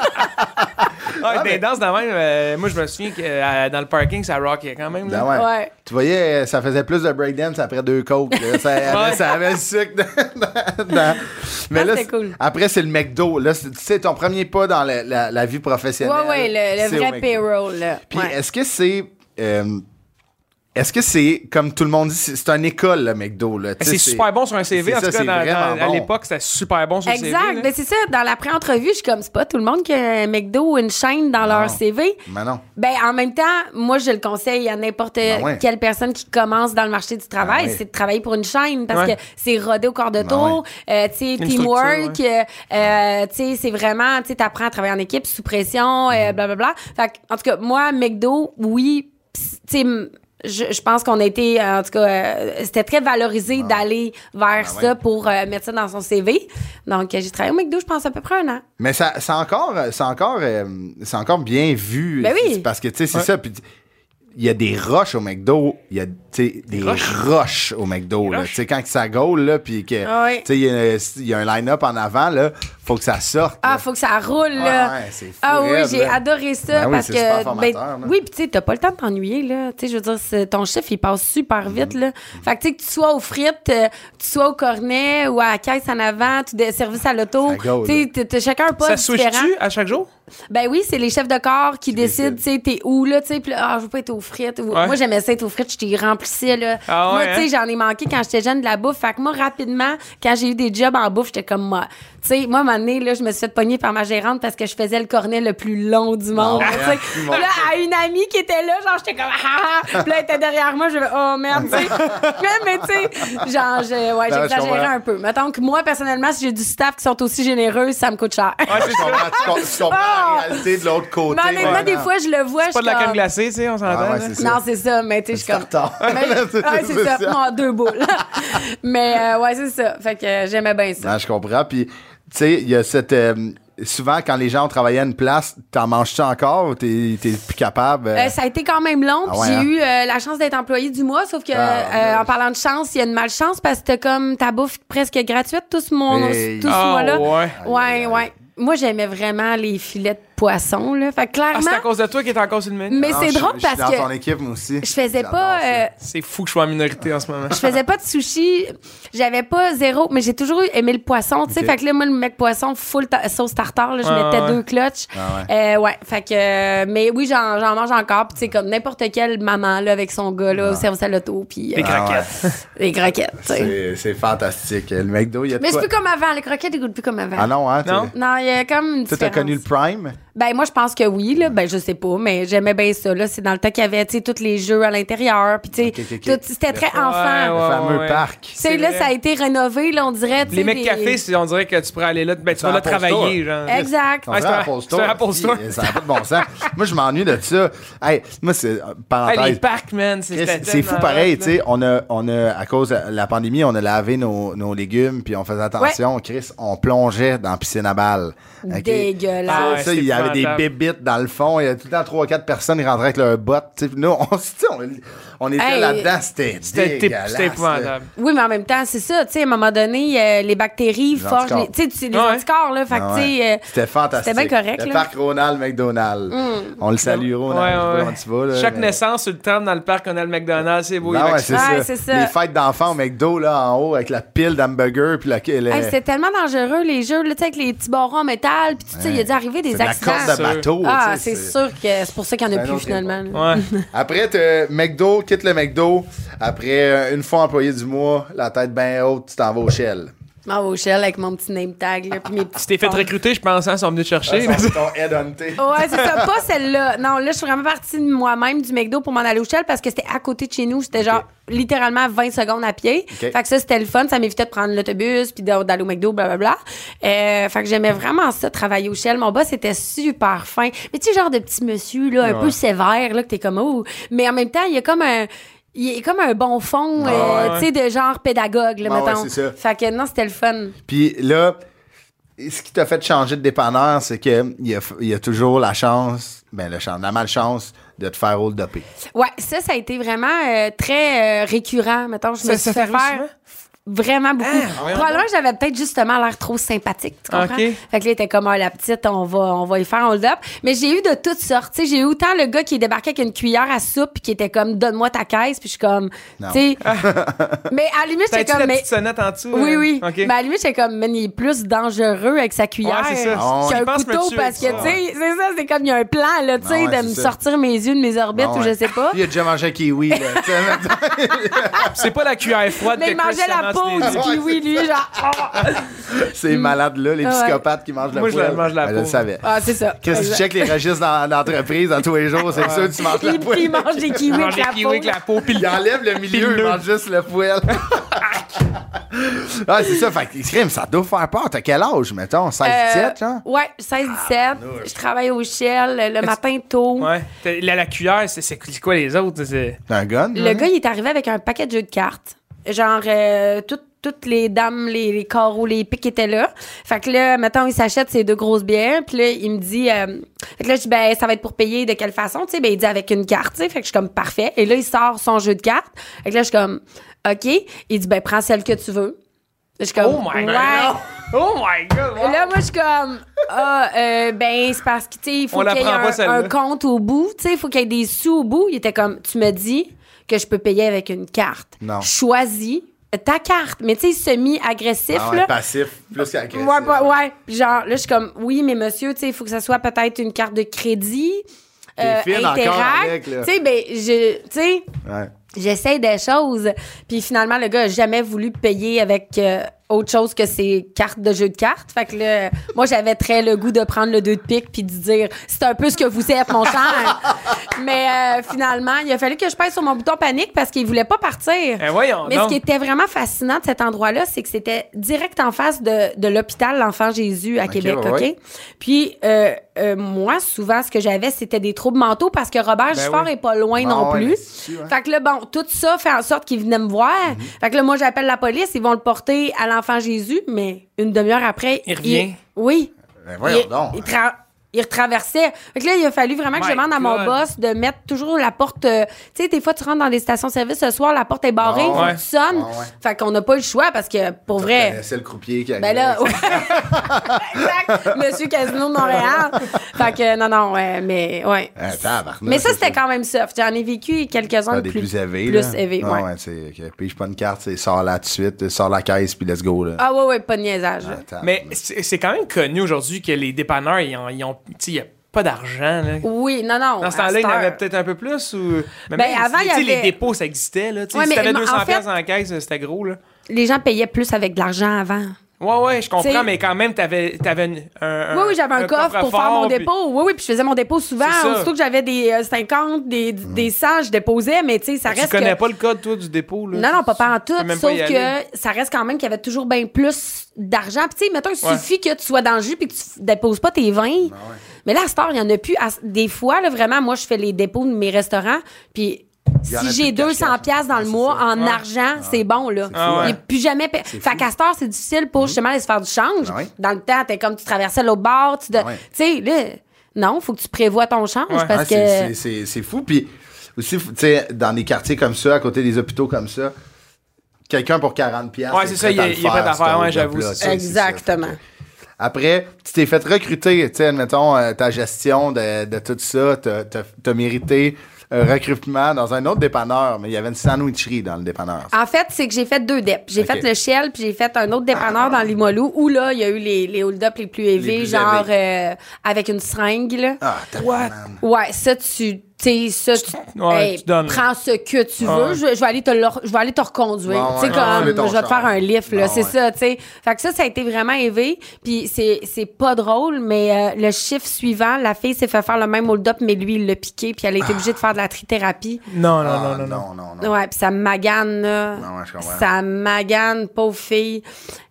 Ah, des danses dans même. euh, moi, je me souviens que euh, dans le parking, ça rockait quand même. là. Ben ouais. Mm, Ouais. Tu voyais, euh, ça faisait plus de breakdance après deux coques. là. (laughs) Ça, avait, ça avait le sucre dans- (laughs) dans- Mais Ah, là, c'était c'est- cool. après, c'est le McDo. Là, c'est- c'est ton premier pas dans la, la- la vie professionnelle. Ouais, ouais, le, le C'est au vrai McDo. payroll, là. Puis Ouais. est-ce que c'est. euh, est-ce que c'est, comme tout le monde dit, c'est c'est une école, le McDo? Là. Tu Mais sais, C'est super bon sur un CV. c'est En tout ça, cas, c'est dans- vraiment dans- à bon. l'époque, c'était super bon sur le CV. Exact. là. Ben, c'est ça. Dans la pré-entrevue, je suis comme, c'est pas tout le monde qui a un McDo ou une chaîne dans Non. leur CV. Mais non. Ben, en même temps, moi, je le conseille à n'importe Ben ouais. quelle personne qui commence dans le marché du travail, Ben ouais. Ben c'est de travailler pour une chaîne parce Ouais. que c'est rodé au corps de tour, euh, tu sais, Une teamwork, structure, euh, euh, tu sais, c'est vraiment, tu sais, t'apprends à travailler en équipe, sous pression, Mm-hmm. euh, blablabla. Fait que, en tout cas, moi, McDo, oui, pis, tu sais, m- je, je pense qu'on a été, euh, en tout cas, euh, c'était très valorisé d'aller vers Ben ça ouais. pour euh, mettre ça dans son CV. Donc, euh, j'ai travaillé au McDo, je pense, à peu près un an. Mais ça, c'est encore, c'est encore, euh, c'est encore bien vu. Ben oui. C'est- Parce que tu sais, c'est ça. Puis il y a des roches au McDo. Il y a tu sais, des roches? roches au McDo. là. Tu sais, quand ça gaule là, puis que Ah ouais. tu sais, il y a- il y, a un line-up en avant là, faut que ça sorte. Ah, là. faut que ça roule, là. Ouais, ouais, c'est fou, Ah oui, raide, j'ai là. adoré ça Ben oui, parce c'est que. super formateur, là. ben, oui, puis tu sais, t'as pas le temps de t'ennuyer, là. Tu sais, je veux dire, c'est- ton chiffre, il passe Mm-hmm. super vite, là. Fait que, tu sais, que tu sois aux frites, euh, que tu sois au cornet ou à la caisse en avant, tout de service à l'auto. Ça go, Tu sais, t'as- t'as chacun un poste Ça différent. switch-tu à chaque jour? Ben oui, c'est les chefs de corps qui décident, tu décident. sais, t'es où, là, tu sais, puis là, ah, je veux pas être aux frites. Ou- Ouais. Moi, j'aimais ça être aux frites, je t'y remplissais, là. Ah moi, ouais, tu sais, j'en ai manqué quand j'étais jeune de la bouffe. Fait que moi, rapidement, quand j'ai eu des jobs en bouffe, j'étais comme, moi. tu sais, moi, à un moment donné, là, je me suis fait pogner par ma gérante parce que je faisais le cornet le plus long du monde. Ah tu ouais, sais. Puis là, à une amie qui était là, genre, j'étais comme, ah, ah. Puis là, elle était derrière moi, je vais, oh merde, tu sais. mais, mais, tu sais, genre, je- ouais, Ben, je j'exagérais comprends. un peu. Mettons que moi, personnellement, si j'ai du staff qui sont aussi généreux, ça me coûte cher. Ouais, tu comprends, tu com- tu comprends Ah! la réalité de l'autre côté. Mais honnêtement, Ouais, des non. fois, je le vois. je C'est pas de la suis crème comme- glacée, tu sais, on s'entend. Ah ouais, là. c'est ça. Non, c'est ça, mais tu sais, je suis comme. tartare. (laughs) (laughs) Mais- Ah, c'est ça, ça. moi, deux boules. (laughs) mais euh, ouais, c'est ça. Fait que euh, j'aimais bien ça. Non, je comprends. Puis, tu sais, il y a cette. euh, souvent, quand les gens ont travaillé à une place, t'en manges-tu encore ou t'es t'es plus capable? euh? Euh, ça a été quand même long. Ah puis ouais, j'ai hein? eu euh, la chance d'être employée du mois, sauf que Ah, euh, ouais. en parlant de chance, il y a une malchance parce que t'as comme ta bouffe presque gratuite tout ce, mon, Hey. tout ce Ah, mois-là. ouais. Aïe, aïe, ouais, aïe. ouais. Moi, j'aimais vraiment les filets de poisson. Là. Fait que Ah, c'est à clairement, cause de toi qui est encore sur le menu. mais Non, c'est Ah, je- drôle je suis parce dans ton que équipe, moi aussi. je faisais J'adore pas. ça. euh, C'est fou que je sois en minorité en ce moment. je faisais pas de sushi, j'avais pas zéro, mais j'ai toujours aimé le poisson, tu sais. Ok. Fait que là, moi, le mec poisson, full ta- sauce tartare, là, je Ah, mettais ouais. deux clutches. Ah Euh, ouais, fait que, euh, mais oui, j'en j'en mange encore, puis tu sais, comme n'importe quelle maman, là, avec son gars, là, au service à l'auto, puis euh, Des craquettes. les croquettes, tu sais. C'est c'est fantastique. Le McDo, il y a de euh, Mais c'est quoi. plus comme avant, les croquettes, ils goûtent plus comme avant. Ah non, hein? t'es- Non. Non, il y a comme une Toi, t'as différence. connu le Prime? Ben moi je pense que oui là, ben je sais pas, mais j'aimais bien ça là, c'est dans le temps qu'il y avait tu sais tous les jeux à l'intérieur, puis tu sais Ok, ok, ok. tout- c'était très enfant. Le Ouais, fameux ouais. parc. Tu sais, là, vrai. ça a été rénové, là, on dirait. tu Les sais, mecs des- cafés, c'est- on dirait que tu pourrais aller là, ben, tu C'est vas là un Apple Store. travailler, genre. Exact. C'est Ouais, c'est un- un Apple Store. c'est un Apple Store. Ça n'a pas de bon sens. moi, je m'ennuie de ça. Hey, moi, c'est. euh, Hey, Parenthèse. les parcs, man, c'est Chris, c'était C'est fou tellement pareil, hot, tu là. sais, on a, on a, à cause de la pandémie, on a lavé nos, nos légumes, puis on faisait attention. Chris, on plongeait dans la piscine à balles. Ok? Dégueulasse. Ah ouais, ça, il y c'est avait des épouvantable. bébites dans le fond. Il y avait tout le temps trois, quatre personnes qui rentraient avec leurs bottes. tu sais. Puis Nous, on, tu sais, on, on était Hey, là-dedans. C'était C'était dégueulasse, c'était là. épouvantable. Oui, mais en même temps, c'est ça. Tu sais, à un moment donné, euh, les bactéries Les forgent anticorps. les, tu sais, tu- les Ouais. anticorps, là. Fait que, Ah tu sais, ouais. euh, C'était fantastique. c'était bien correct, Le là. Mm. parc Ronald McDonald. On le salue, Ronald. Ouais, je sais pas ouais. comment tu vas, là, Chaque mais- naissance, tu le trembles dans le parc, on a le McDonald's, c'est beau. il Ah est ouais, vacciné. c'est Ouais, ça. c'est ça. Les fêtes d'enfants au McDo, là, en haut, avec la pile d'hamburgers, puis la. le- hey, c'était tellement dangereux, les jeux, là, tu sais, avec les petits barons en métal. Puis, tu sais, il y a dû arriver c'est des de la accidents. corde de bateau. ah, tu sais, Ben c'est sûr (laughs) que c'est pour ça qu'il y en C'est a un plus, autre finalement. là. Ouais. Après, t'as McDo, quitte le McDo. Après, euh, une fois employé du mois, la tête bien haute, tu t'en vas au Shell. Ma Rochelle Ah, avec mon petit name tag, là, puis mes petits. Tu t'es fait recruter, je pense, hein, ils sont venus te (laughs) chercher. Ça, c'est ton head hunté. Ouais, c'est ça, pas celle-là. Non, là, je suis vraiment partie de moi-même du McDo pour m'en aller au Shell parce que c'était à côté de chez nous. C'était genre littéralement 20 secondes à pied. OK. Fait que ça, c'était le fun. Ça m'évitait de prendre l'autobus puis d'a- d'aller au McDo, blablabla. Euh, fait que j'aimais vraiment ça, travailler au Shell. Mon boss était super fin. Mais tu sais, genre de petit monsieur, là, un peu sévère, là, que t'es comme, oh. Mais en même temps, il y a comme un. Il est comme un bon fond, Ah euh, ouais. tu sais, de genre pédagogue, là, Ah ouais, mettons. c'est ça. Fait que non, c'était le fun. Puis là, ce qui t'a fait changer de dépanneur, c'est qu'il y a, il y a toujours la chance, ben, la chance, la malchance de te faire hold upé. Ouais, ça, ça a été vraiment euh, très euh, récurrent. Mettons, je me Ça- ça suis fait t'arrive faire souvent? vraiment beaucoup. Hein? voyons Probablement que j'avais peut-être justement l'air trop sympathique, tu comprends? Ok. Fait que là, il était comme, ah, la petite, on va, on va y faire un hold-up. Mais j'ai eu de toutes sortes. Tu sais, j'ai eu autant le gars qui est débarqué avec une cuillère à soupe puis qui était comme, donne-moi ta caisse. Puis je suis comme, tu Non. sais. (laughs) mais à la limite, j'étais T'as-tu Ah. la comme, mais. petite sonnette en dessous? Oui, euh? oui. OK. Mais à la limite, j'étais comme, man, il est plus dangereux avec sa cuillère Ouais, c'est ça. Je qu'un pense me couteau tuer parce que, avec ça. tu sais, c'est ça, c'est comme, il y a un plan, là, tu sais, Ah ouais, de c'est me ça. sortir mes yeux de mes orbites Bon, ou ouais. je sais pas. euh, Il a déjà mangé un (laughs) kiwi, là. tu sais, (laughs) mettons. C'est pas la cuillère froide Mais que il mangeait Chris la avance peau des du dents. Ouais, kiwi, lui, genre. Ah, Ces malades-là, les Ah ouais. psychopathes qui mangent la Moi, je poêle. mange la Ben, Je le peau. savais. Ah, c'est ça. Qu'est-ce que tu Exact. checkes les registres dans- d'entreprise dans tous les jours? C'est sûr que tu manges la Il, puis il poêle. mange des kiwis Il avec mangeait la kiwi peau. avec la peau, puis le- Il enlève le milieu, il mange juste le poêle. (laughs) ah, c'est ça. Fait que, crime, ça doit faire peur. T'as quel âge, mettons? 16, Euh, 17, genre? Ouais, 16-17. je travaille au Shell le- le matin tôt. Ouais. T'as- La, la cuillère, c'est- c'est c'est quoi les autres? C'est T'as un gun? Le là? gars, il est arrivé avec un paquet de jeux de cartes. Genre, euh, tout- toutes les dames, les, les carreaux, les pics étaient là. Fait que là, mettons, il s'achète ses deux grosses bières. Puis là, il me dit... euh, fait que là, je dis, ben, ça va être pour payer de quelle façon? Tu sais, ben, il dit avec une carte, tu sais. Fait que je suis comme, parfait. Et là, il sort son jeu de cartes. Fait que là, je suis comme, OK. Il dit, ben, prends celle que tu veux. Je suis comme, Oh my ouais. God! Oh my God! wow. Et là, moi, je suis comme, ah, euh, ben, c'est parce que, tu sais, il faut On la qu'il y ait prend pas, un, celle-là. un compte au bout, tu sais, il faut qu'il y ait des sous au bout. Il était comme, tu me dis que je peux payer avec une carte. Non. Choisis ta carte. Mais, tu sais, semi-agressif, Ah ouais, là. passif, plus Ouais, qu'agressif. ouais, ouais. Puis genre, là, je suis comme, oui, mais monsieur, tu sais, il faut que ça soit peut-être une carte de crédit, euh, T'es fine encore avec, là. Tu sais, ben, je, tu sais, Ouais. j'essaie des choses. Puis finalement, le gars a jamais voulu payer avec euh, autre chose que ses cartes de jeu de cartes. Fait que là, moi, j'avais très le goût de prendre le 2 de pique puis de dire « C'est un peu ce que vous êtes, mon cher! » (laughs) Mais euh, finalement, il a fallu que je pèse sur mon bouton panique parce qu'il voulait pas partir. Eh, voyons Mais donc. ce qui était vraiment fascinant de cet endroit-là, c'est que c'était direct en face de, de l'hôpital L'Enfant Jésus à Québec, ouais, OK? ouais. Puis euh, euh, moi, souvent, ce que j'avais, c'était des troubles mentaux parce que Robert Giffard oui. est pas loin Ben Ah non ouais, mais plus. si, ouais. Mhm. Fait que là, bon, tout ça fait en sorte qu'ils venaient me voir. Fait que là, moi, j'appelle la police, ils vont le porter à l'Enfant Jésus, mais une demi-heure après... Il revient. Oui. Ben voyons il, donc. Il, tra- il retraversait. Fait que là, il a fallu vraiment que My je demande à mon God. boss de mettre toujours la porte. euh, tu sais, des fois, tu rentres dans des stations-service le soir, la porte est barrée, Ah il faut ouais. que tu sonnes. Ah ouais. Fait qu'on n'a pas le choix parce que, pour Je vrai. connaissais le croupier qui Ben là, ouais. (laughs) exact. Monsieur Casino de Montréal. Fait que, non, non, ouais, mais, ouais. Ah, tabarnak, mais ça, c'est c'était ça. quand même soft. J'en ai vécu quelques-uns Ah, de des plus, plus élevés. Plus là. élevés, Ah, ouais. ouais, c'est ok. Pige pas une carte, c'est sors là tout de suite, sors la caisse, puis let's go. Là. Ah, ouais, ouais, pas de niaisage. là. Attends. Mais c'est c'est quand même connu aujourd'hui que les dépanneurs, ils ont, ils ont- tu sais, il n'y a pas d'argent. là. Oui, non, non. Dans ce à temps-là, il y en cette avait heure. peut-être un peu plus ou. Mais Ben, avant, il y tu sais, Les avait- dépôts, ça existait. Là, tu sais, Ouais, si mais- t'avais mais en 200$ fait- piastres en caisse, c'était gros. Là. Les gens payaient plus avec de l'argent avant. Ouais, ouais, je comprends, T'sais- mais quand même, t'avais, t'avais une- un, un- Oui, oui, j'avais un, coffre pour faire coffre-fort, mon puis- dépôt. Oui, oui, puis je faisais mon dépôt souvent. C'est ça. Surtout que j'avais des euh, 50, des, Mm. des 100, je déposais, mais tu sais, ça Tu reste. connais que- pas le code, toi, du dépôt, là? Non, non, pas, pas en Tu tout. peux même pas Sauf y aller. que ça reste quand même qu'il y avait toujours bien plus d'argent. Puis, tu sais, mettons, il Ouais. suffit que tu sois dans le jus puis que tu f- déposes pas tes 20. Ben Mais là, à cette heure, il y en a plus. À- Des fois, là, vraiment, moi, je fais les dépôts de mes restaurants. Puis. y en a Si plus j'ai de cash-cash. 200 pièces dans le Ouais, mois c'est ça. en Ouais. argent, c'est bon là. Ah ouais. Il y a plus jamais pe- fait qu'à cette heure, c'est difficile pour justement aller se faire du change. Ah Mm-hmm. ouais. Dans le temps, t'es comme tu traversais l'autre bord, tu de- Ah ouais. tu sais là, non, faut que tu prévois ton change Ouais. Ah, parce c'est- c'est- que c'est- C'est fou. Puis aussi, faut- tu sais, dans des quartiers comme ça, à côté des hôpitaux comme ça, quelqu'un pour 40 pièces Ouais, c'est ça, il est- il est prêt à faire, ouais, j'avoue, c'est- exactement. Après, tu t'es fait recruter, tu sais, admettons, euh, ta gestion de, de tout ça, t'as t'as- t'as mérité un recrutement dans un autre dépanneur, mais il y avait une sandwicherie dans le dépanneur. En fait, c'est que j'ai fait deux DEP. J'ai Ok. fait le Shell, puis j'ai fait un autre dépanneur dans Limoilou, où là, il y a eu les, les hold-up les plus élevés, plus genre euh, avec une seringue. là. Ah, What? tabarnane. Ouais, ça, tu. Tu sais, ça, tu, Ouais, tu donnes, là. prends ce que tu veux. Ouais. Je, je vais aller te, le- je vais aller te reconduire. Bon, tu sais, ouais, comme, ouais, ouais, ton je vais te char. faire un lift, là. Bon, c'est ouais. ça, tu sais. Fait que ça, ça a été vraiment élevé. Puis c'est, c'est pas drôle, mais euh, le chiffre suivant, la fille s'est fait faire le même hold-up, mais lui, il l'a piqué, puis elle a été obligée de faire de la trithérapie. Non, non, Ah, non, non, non. non, non. Ouais, puis ça me magane, là. Non, ouais, je comprends. Ça me magane, pauvre fille.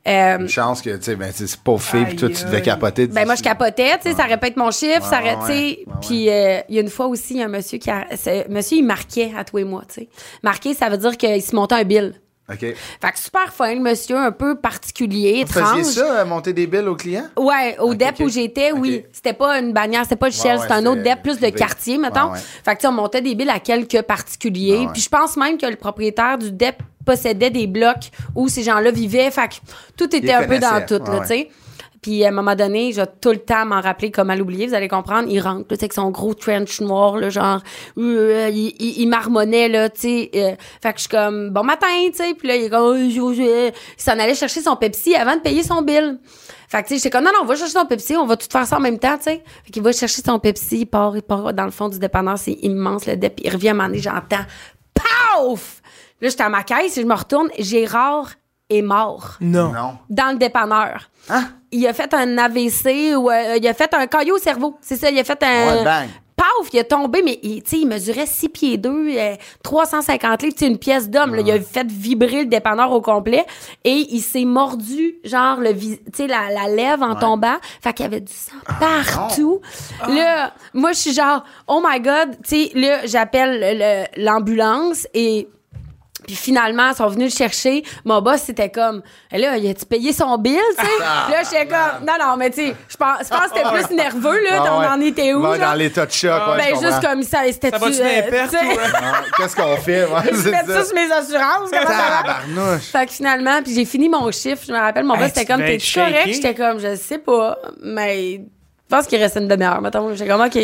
Euh, Une chance que, tu sais, ben, c'est c'est pauvre fille, puis toi, tu devais Aïe, capoter. ben moi, je capotais, tu sais, ça répète mon chiffre, ça Ouais, ré- tu sais. ouais, ouais. Puis euh, il y a une fois aussi, il y a un monsieur qui... a- ce- monsieur, il marquait à toi et moi, tu sais. Marquer, ça veut dire qu'il se montait un bill. OK. Fait que super fin, le monsieur, un peu particulier, Vous faisiez étrange. ça, euh, monter des billes aux clients? Ouais, au DEP où j'étais, oui. Hein? Ok. C'était pas une bannière, c'était pas le Shell, ouais, c'était un c'était autre DEP, plus de privé. quartier, mettons. Ouais, ouais. Fait que, tu sais, on montait des billes à quelques particuliers. Ouais, ouais. Puis je pense même que le propriétaire du DEP possédait des blocs où ces gens-là vivaient. Fait que tout était Ils un peu dans connaissaient. tout, là, Ouais, tu sais. Puis à un moment donné, je vais tout le temps m'en rappeler comme à l'oublier, vous allez comprendre, il rentre, là, tu sais, avec son gros trench noir, là, genre, euh, il, il, il marmonnait, là, tu sais. euh, fait que je suis comme, bon matin, tu sais. Puis là, il est comme, oh, je- je- il s'en allait chercher son Pepsi avant de payer son bill. Fait que, tu sais, j'étais comme, non, non, on va chercher son Pepsi, on va tout faire ça en même temps, tu sais. Fait qu'il va chercher son Pepsi, il part, il part dans le fond du dépanneur, c'est immense, le dép. Il revient à un moment donné, j'entends, paf! Là, j'étais à ma caisse, et je me retourne, Gérard est mort Non. Non. dans le dépanneur. Il a fait un AVC ou euh, il a fait un caillot au cerveau. C'est ça, il a fait un. Ouais, bang. Paf, il a tombé, mais il, tu sais, il mesurait 6 pieds euh, 2, 350 livres, tu sais, une pièce d'homme. là. Il a fait vibrer le dépanneur au complet et il s'est mordu, genre, le vis- tu sais, la, la lèvre en tombant. Fait qu'il y avait du sang Ah, partout. Là, moi, je suis genre, oh my God, tu sais, là, j'appelle le- l'ambulance et puis finalement, ils sont venus le chercher. Mon boss, c'était comme, Eh là, il a-tu payé son bill, tu sais? Puis là, j'étais comme, non, non, mais tu sais, je pense, je pense que c'était plus nerveux, là, Ah, Ah on ouais. en était où, Ouais, genre? Dans l'état de choc, ouais, je ben, comprends. juste comme ça, c'était Ça va-tu d'un perte, ou, euh? Ah, Qu'est-ce qu'on fait? Ouais, (laughs) Je (laughs) c'est mettre ça ça. sur mes assurances, comment ça va? Tabarnouche. Fait que finalement, puis j'ai fini mon chiffre. Je me rappelle, mon Hey, boss, tu c'était comme, devais t'es être correct? shaké. J'étais comme, je sais pas, mais je pense qu'il restait une demi-heure, mettons. J'étais comme, OK.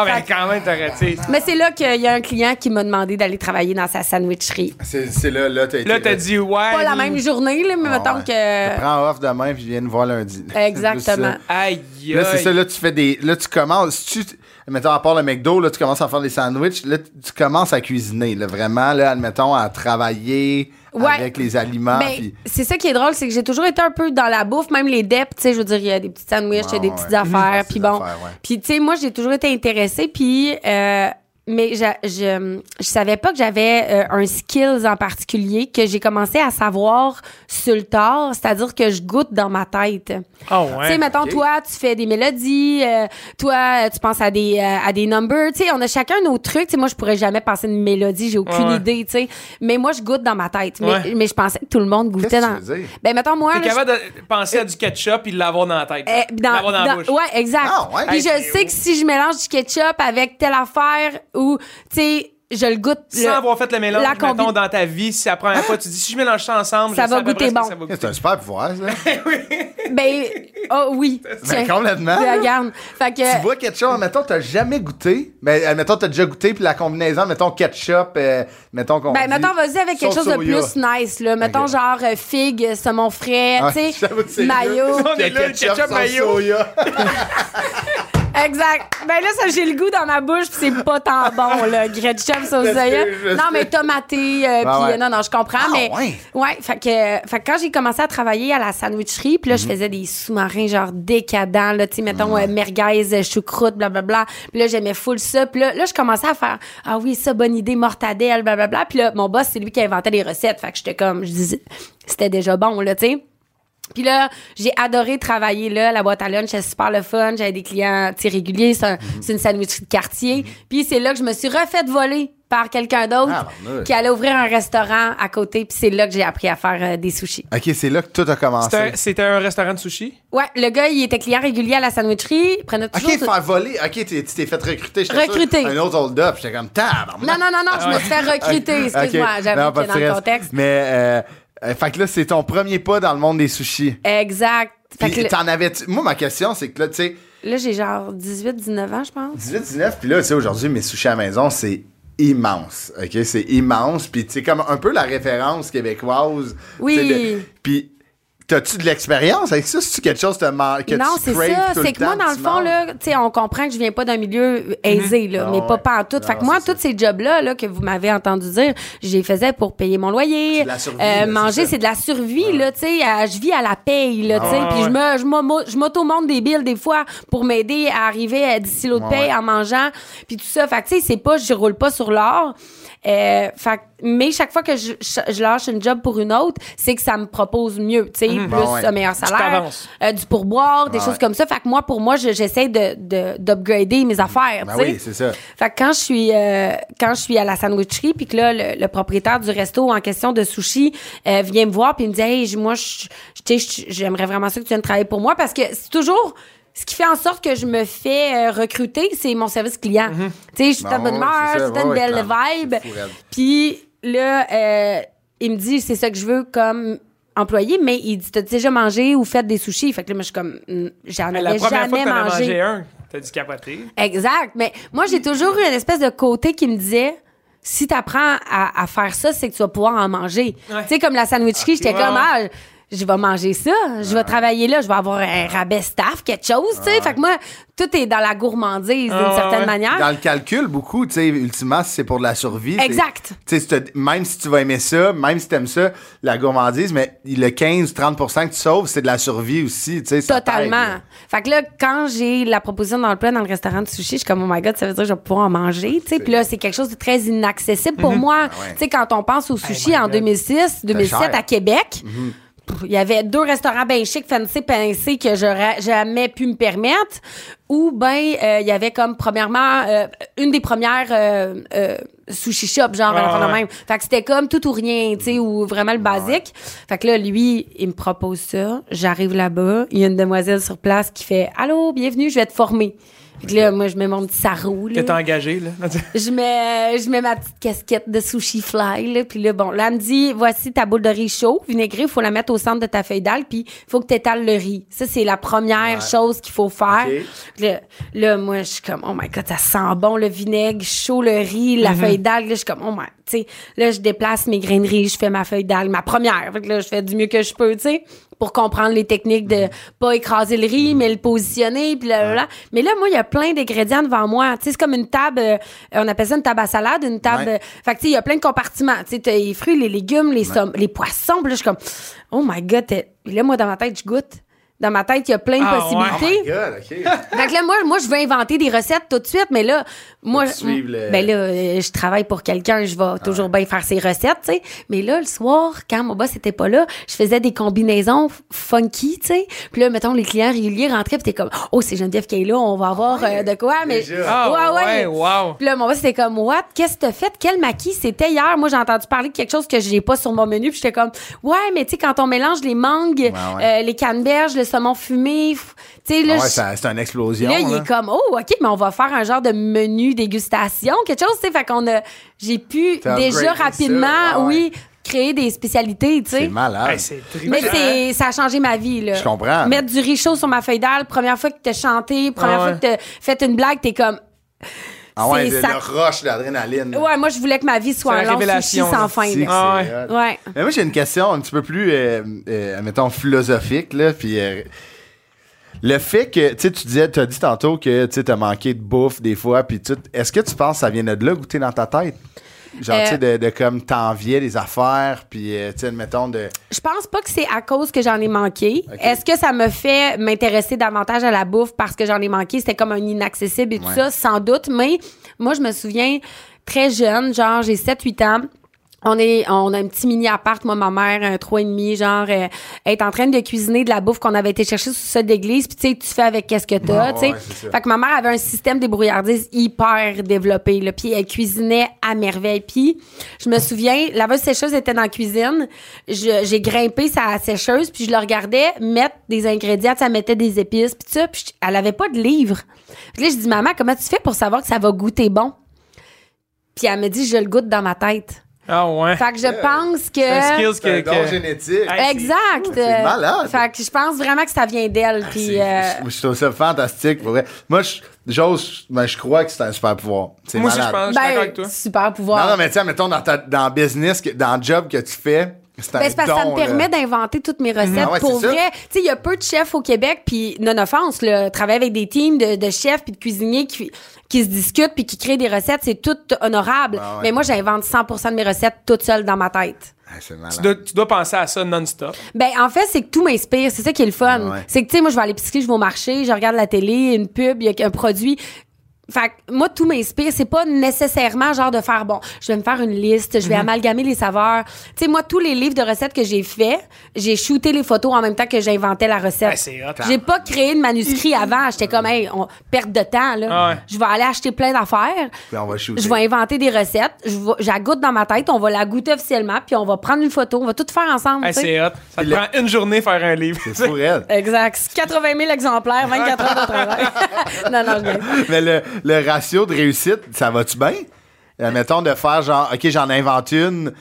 Ah, ben quand même, t'aurais, tu sais. (laughs) Mais c'est là qu'il y a un client qui m'a demandé d'aller travailler dans sa sandwicherie. C'est c'est là, là, t'as été- Là, t'as dit, ouais. Pas la il- même journée, là, mais Ah, mettons ouais. que... Tu prends off demain puis viens nous voir lundi. (laughs) euh, Exactement. Aïe, C'est ça. Là, c'est aïe. ça, là, tu fais des. Là, tu commences. Tu, mettons, à part le McDo, là, tu commences à faire des sandwichs. Là, tu tu commences à cuisiner, là, vraiment, là, admettons, à travailler Ouais. avec les aliments. Ben, puis- c'est ça qui est drôle, c'est que j'ai toujours été un peu dans la bouffe, même les DEP, tu sais, je veux dire, il y a des petites sandwichs, il y a des Ouais, petites ouais. affaires, Des puis petites bon. affaires, ouais. Puis, tu sais, moi, j'ai toujours été intéressée, puis... euh, mais j'a- je, je savais pas que j'avais euh, un skills en particulier que j'ai commencé à savoir sur le tard, c'est-à-dire que je goûte dans ma tête. Ah, Tu sais, ouais. mettons, ok. toi, tu fais des mélodies, euh, toi, euh, tu penses à des, euh, à des numbers, tu sais, on a chacun nos trucs, tu sais, moi, je pourrais jamais penser une mélodie, j'ai aucune Ouais. idée, tu sais, mais moi, je goûte dans ma tête, mais, Ouais. mais je pensais que tout le monde goûtait Qu'est-ce que dans... tu veux dire? Ben, mettons, moi, T'es là, je- capable de penser à du ketchup et de l'avoir dans la tête. euh, dans, L'avoir dans la dans- bouche. ouais, exact. Ah, ouais. Puis Hey, je sais que si je mélange du ketchup avec telle affaire ou, tu sais, je le goûte... le- Sans avoir fait le mélange, la mettons, combi- Ah! dans ta vie, si la première fois, tu dis, si je mélange ça ensemble, Ça je sais va à peu goûter près ce que bon. ça va goûter. C'est un super pouvoir, (laughs) ça. Ben, (laughs) oh oui. Ben, Tiens, euh, complètement. là. regarde. Fait que... Tu vois ketchup, admettons, t'as jamais goûté. Mais admettons, t'as déjà goûté, puis la combinaison, mettons, ketchup, euh, mettons qu'on. Ben, dit mettons, vas-y avec quelque sauce chose de soya. plus nice, là. Mettons, Ok. genre, euh, figue, saumon frais, Ah, tu (laughs) j'avoue que c'est sais, mayo. mieux. On est là, le ketchup, sauce mayo. soya. Exact. Ben là, ça, j'ai le goût dans ma bouche, puis c'est pas tant bon, là. Gretchen sauce soya. je Non, mais tomaté, euh, Ah puis, ouais. euh, non, non, je comprends, Ah mais. ouais. fait que, euh, fait que quand j'ai commencé à travailler à la sandwicherie, puis là, Mhm. je faisais des sous-marins, genre décadents, là, tu sais, mettons, euh, merguez, euh, choucroute, blablabla. Puis là, j'aimais full ça. Puis là, là, je commençais à faire, ah oui, ça, bonne idée, mortadelle, blablabla. Puis là, mon boss, c'est lui qui inventait les recettes. Fait que j'étais comme, je disais, c'était déjà bon, là, tu sais. Puis là, j'ai adoré travailler là, la boîte à lunch, c'était super le fun, j'avais des clients tu sais, réguliers, c'est un- Mhm. c'est une sandwicherie de quartier. Puis c'est là que je me suis refaite voler par quelqu'un d'autre Ah, mon Dieu. qui allait ouvrir un restaurant à côté, puis c'est là que j'ai appris à faire euh, des sushis. (laughs) OK, c'est là que tout a commencé. C'était un- C'était un, restaurant de sushi. Ouais, le gars, il était client régulier à la sandwicherie, il prenait toujours OK, tout- faire voler. OK, t'es- tu t'es fait recruter. j'étais Recruter. sûr, Un autre hold-up. J'étais comme, tabarnak. Non non non non, je me suis fait recruter, Ah Ok, excuse-moi, ok. j'avais Non, pas été de dans le stress. contexte. Mais, euh, euh, fait que là, c'est ton premier pas dans le monde des sushis. Exact. Fait Puis, que là, t'en avais. Moi, ma question, c'est que là, tu sais, là, j'ai genre 18 19 ans, je pense. 18, 19, puis là, tu sais, aujourd'hui, mes sushis à la maison, c'est immense. OK? C'est immense. Puis, tu sais, comme un peu la référence québécoise. Oui. tu sais, de- Puis, t'as-tu de l'expérience avec ça? C'est-tu quelque chose de man- que non, tu c'est craves ça. tout le C'est que moi, temps, dans le tu fond, manges? là, tu sais, on comprend que je viens pas d'un milieu aisé, là, Ah mais ouais. pas pas en tout. Non, fait que moi, c'est tous ces jobs-là là, que vous m'avez entendu dire, je les faisais pour payer mon loyer. C'est Euh, de la survie, là, c'est manger, ça. Ah c'est de la survie, là, tu sais. euh, je vis à la paye, là, tu sais. ouais, Puis je ouais. me- je m'aumo- je m'auto-monte des billes, des fois, pour m'aider à arriver à 10 kilos de Ouais, paye ouais. en mangeant. Puis tout ça. Fait que, tu sais, c'est pas, je roule pas sur l'or. Euh, fait que- mais chaque fois que je, je- je lâche une job pour une autre, c'est que ça me propose mieux, tu sais, plus Ah ouais. un meilleur salaire, t'avances. euh, du pourboire, des Ah choses ouais. comme ça. Fait que moi, pour moi, je- j'essaie de- de- d'upgrader mes affaires. Ben tu sais. oui, c'est ça. Fait que quand je suis euh, quand je suis à la sandwicherie puis que là le, le propriétaire du resto en question de sushi euh, vient me voir puis il me dit hey j- moi je- je- tu sais, je- j'aimerais vraiment ça que tu viennes travailler pour moi parce que c'est toujours ce qui fait en sorte que je me fais euh, recruter, c'est mon service client. Tu sais, je suis Ben de bonne ouais, humeur, c'est je ça, suis dans une ouais, belle clairement, vibe. c'est fou, raide. Puis là, euh, il me dit, c'est ça que je veux comme employé, mais il dit, t'as déjà mangé ou fait des sushis? Fait que là, moi, je suis comme, Hmm, j'en La première avais fois jamais que t'en as mangé. Mm. mangé un, t'as dû capoter. Exact. Mais moi, j'ai toujours eu une espèce de côté qui me disait si tu apprends à, à faire ça, c'est que tu vas pouvoir en manger. Ouais. Tu sais, comme la sandwicherie, j'étais Ouais, comme, ouais. ah, je vais manger ça, je vais travailler là, je vais avoir un rabais staff, quelque chose, tu sais. Fait que moi, tout est dans la gourmandise d'une Ah, ouais, certaine ouais. manière. Dans le calcul, beaucoup, tu sais, ultimement, c'est pour de la survie. c'est- Exact. Tu sais, si t'as- même si tu vas aimer ça, même si t'aimes ça, la gourmandise, mais le 15-30% que tu sauves, c'est de la survie aussi, tu sais. ça t'aide, Totalement. là. Fait que là, quand j'ai la proposition dans le plan dans le restaurant de sushi, je suis comme, oh my god, ça veut dire que je vais pouvoir en manger. tu sais. Puis là, c'est quelque chose de très inaccessible pour Mm-hmm. moi. Ah ouais. Tu sais, quand on pense au sushi my en God. 2006, 2007 cher. Mm-hmm. à Québec, pff, il y avait deux restaurants bien chics, fancy, pincés que j'aurais jamais pu me permettre. Ou ben, euh, il y avait comme, premièrement, euh, une des premières euh, euh, sushi shop, genre, Ah, à la fin de ouais. même. Fait que c'était comme tout ou rien, tu sais, ou vraiment le basique. Fait que là, lui, il me propose ça. J'arrive là-bas. Il y a une demoiselle sur place qui fait Allô, bienvenue, je vais te former. Fait que là, moi, je mets mon petit sarou. Que t'as Là. engagé, là. (laughs) Je mets, je mets ma petite casquette de sushi fly, là. Puis là, bon, là, elle me dit, voici ta boule de riz chaud, vinaigrée, il faut la mettre au centre de ta feuille d'algue, puis il faut que tu étales le riz. Ça, c'est la première chose qu'il faut faire. Ok. Là, là, moi, je suis comme, oh my god, ça sent bon, le vinaigre chaud, le riz, Mhm. la feuille d'algue. Là, je suis comme, oh my, tu sais, là, je déplace mes graineries, je fais ma feuille d'algue, ma première. Fait que là, je fais du mieux que je peux, tu sais, pour comprendre les techniques de pas écraser le riz, mais le positionner, puis là, là, là. Mais là, moi, il y a plein d'ingrédients devant moi. Tu sais, c'est comme une table, euh, on appelle ça une table à salade, une table. Ouais. euh, fait que, tu sais, il y a plein de compartiments. Tu sais, t'as les fruits, les légumes, les, som- les poissons. Puis là, je suis comme, oh my god, t'es- Puis là, moi, dans ma tête, je goûte. Dans ma tête, il y a plein de Ah, ouais. possibilités. Oh my God, OK. Fait que là, moi, moi, je veux inventer des recettes tout de suite, mais là, moi, Faut suivre le- ben là, euh, je travaille pour quelqu'un, je vais toujours bien faire ses recettes, tu sais. Mais là, le soir, quand mon boss était pas là, je faisais des combinaisons f- funky, tu sais. Puis là, mettons, les clients réguliers rentraient, puis t'es comme, oh, c'est Geneviève qui est là, on va avoir euh, de quoi, mais. déjà. Ah, ouais, wow. Puis là, mon boss, c'était comme, what? Qu'est-ce que t'as fait? Quel maquis? C'était hier. Moi, j'ai entendu parler de quelque chose que j'ai pas sur mon menu, puis j'étais comme, ouais, mais tu sais, quand on mélange les mangues, ouais. euh, les canneberges, le saumon fumé, f- tu sais, là, Ah ouais, je- ça- c'est une puis explosion. là, il est comme, oh, OK, mais on va faire un genre de menu dégustation, quelque chose, tu sais. Fait qu'on a, j'ai pu T'as déjà upgradé ça, rapidement, ouais, oui, créer des spécialités, tu C'est sais. malade. Hey, c'est trippant. hein? Mais c'est, ça a changé ma vie, là. Je comprends. Mettre du riz chaud sur ma feuille d'al, première fois que t'as chanté, première Ah ouais. fois que t'as fait une blague, t'es comme, ah ouais, c'est le, ça. le rush d'adrénaline. ouais, moi, je voulais que ma vie soit C'est la un long sushi révélation, sans là. fin, Si, là. Ah c'est ouais. hot. Ouais. Mais moi, j'ai une question un petit peu plus, euh, euh, mettons, philosophique, là, puis... euh, le fait que, tu sais, tu disais, tu as dit tantôt que, tu sais, t'as manqué de bouffe des fois, puis tout. Est-ce que tu penses que ça vient de là goûter dans ta tête? Genre, Euh, tu sais, de, de comme t'envier les affaires, puis, euh, tu sais, mettons de. Je pense pas que c'est à cause que j'en ai manqué. Est-ce que ça me fait m'intéresser davantage à la bouffe parce que j'en ai manqué? C'était comme un inaccessible et tout Ouais. ça, sans doute. Mais moi, je me souviens très jeune, genre j'ai 7-8 ans. On est, on a un petit mini appart, moi, ma mère, un trois et demi, genre, euh, elle est en train de cuisiner de la bouffe qu'on avait été chercher sous sol d'église, puis tu sais, tu fais avec qu'est-ce que t'as, Ouais, tu sais. ouais, c'est ça. Fait que ma mère avait un système débrouillardise hyper développé, là, puis elle cuisinait à merveille. Puis je me souviens, la veuve sécheuse était dans la cuisine, Je- j'ai grimpé sa sécheuse, puis je la regardais mettre des ingrédients, ça mettait des épices, puis ça, puis je- elle avait pas de livre. Puis là, je dis, maman, comment tu fais pour savoir que ça va goûter bon? Puis elle me dit, je le goûte dans ma tête. Ah ouais. Fait que je pense que... C'est un skills C'est que. un don que- génétique. Hey, Exact. C'est malade. Ah, Fait que je pense vraiment que ça vient d'elle. Puis C'est- euh, je, je trouve ça fantastique, pour vrai. Moi, je- j'ose, mais je crois que c'est un super pouvoir. C'est Moi aussi, malade. je pense. Je suis d'accord avec toi. ben, super pouvoir. Non, non, mais tiens, mettons dans, ta, dans business, que- dans le job que tu fais, c'est un Ben, c'est parce que ça don, me là. permet d'inventer toutes mes recettes. Ah ouais, pour c'est ça. vrai, tu sais, il y a peu de chefs au Québec, puis non offense, là, travailler avec des teams de, de chefs puis de cuisiniers qui, qui se discutent puis qui créent des recettes, c'est tout honorable. Ah ouais. Mais moi, j'invente 100% de mes recettes toute seule dans ma tête. Ah, c'est malade. Tu dois, tu dois penser à ça non-stop. Ben, en fait, c'est que tout m'inspire. C'est ça qui est le fun. Ouais. C'est que, tu sais, moi, je vais à l'épicerie, je vais au marché, je regarde la télé, une pub, il y a un produit. Fait que moi, tout m'inspire. C'est pas nécessairement genre de faire, bon, je vais me faire une liste, Mhm. je vais amalgamer les saveurs. Tu sais, moi, tous les livres de recettes que j'ai fait, j'ai shooté les photos en même temps que j'inventais la recette. Ben, c'est hot. j'ai pas créé de manuscrit Mhm. avant. J'étais comme, hey, on perte de temps, là. Ah ouais. Je vais aller acheter plein d'affaires. Puis on va shooter. Je vais inventer des recettes. Je vais, je la goûte dans ma tête. On va la goûter officiellement. Puis on va prendre une photo. On va tout faire ensemble. Hey, tu sais. c'est hot. Ça te Le- prend une journée faire un livre. C'est pour (laughs) elle. Exact. 80 000 exemplaires, 24 heures de (laughs) travail. non, non, je gagne. Mais le, le ratio de réussite, ça va-tu bien? Euh, mettons de faire genre, OK, j'en invente une.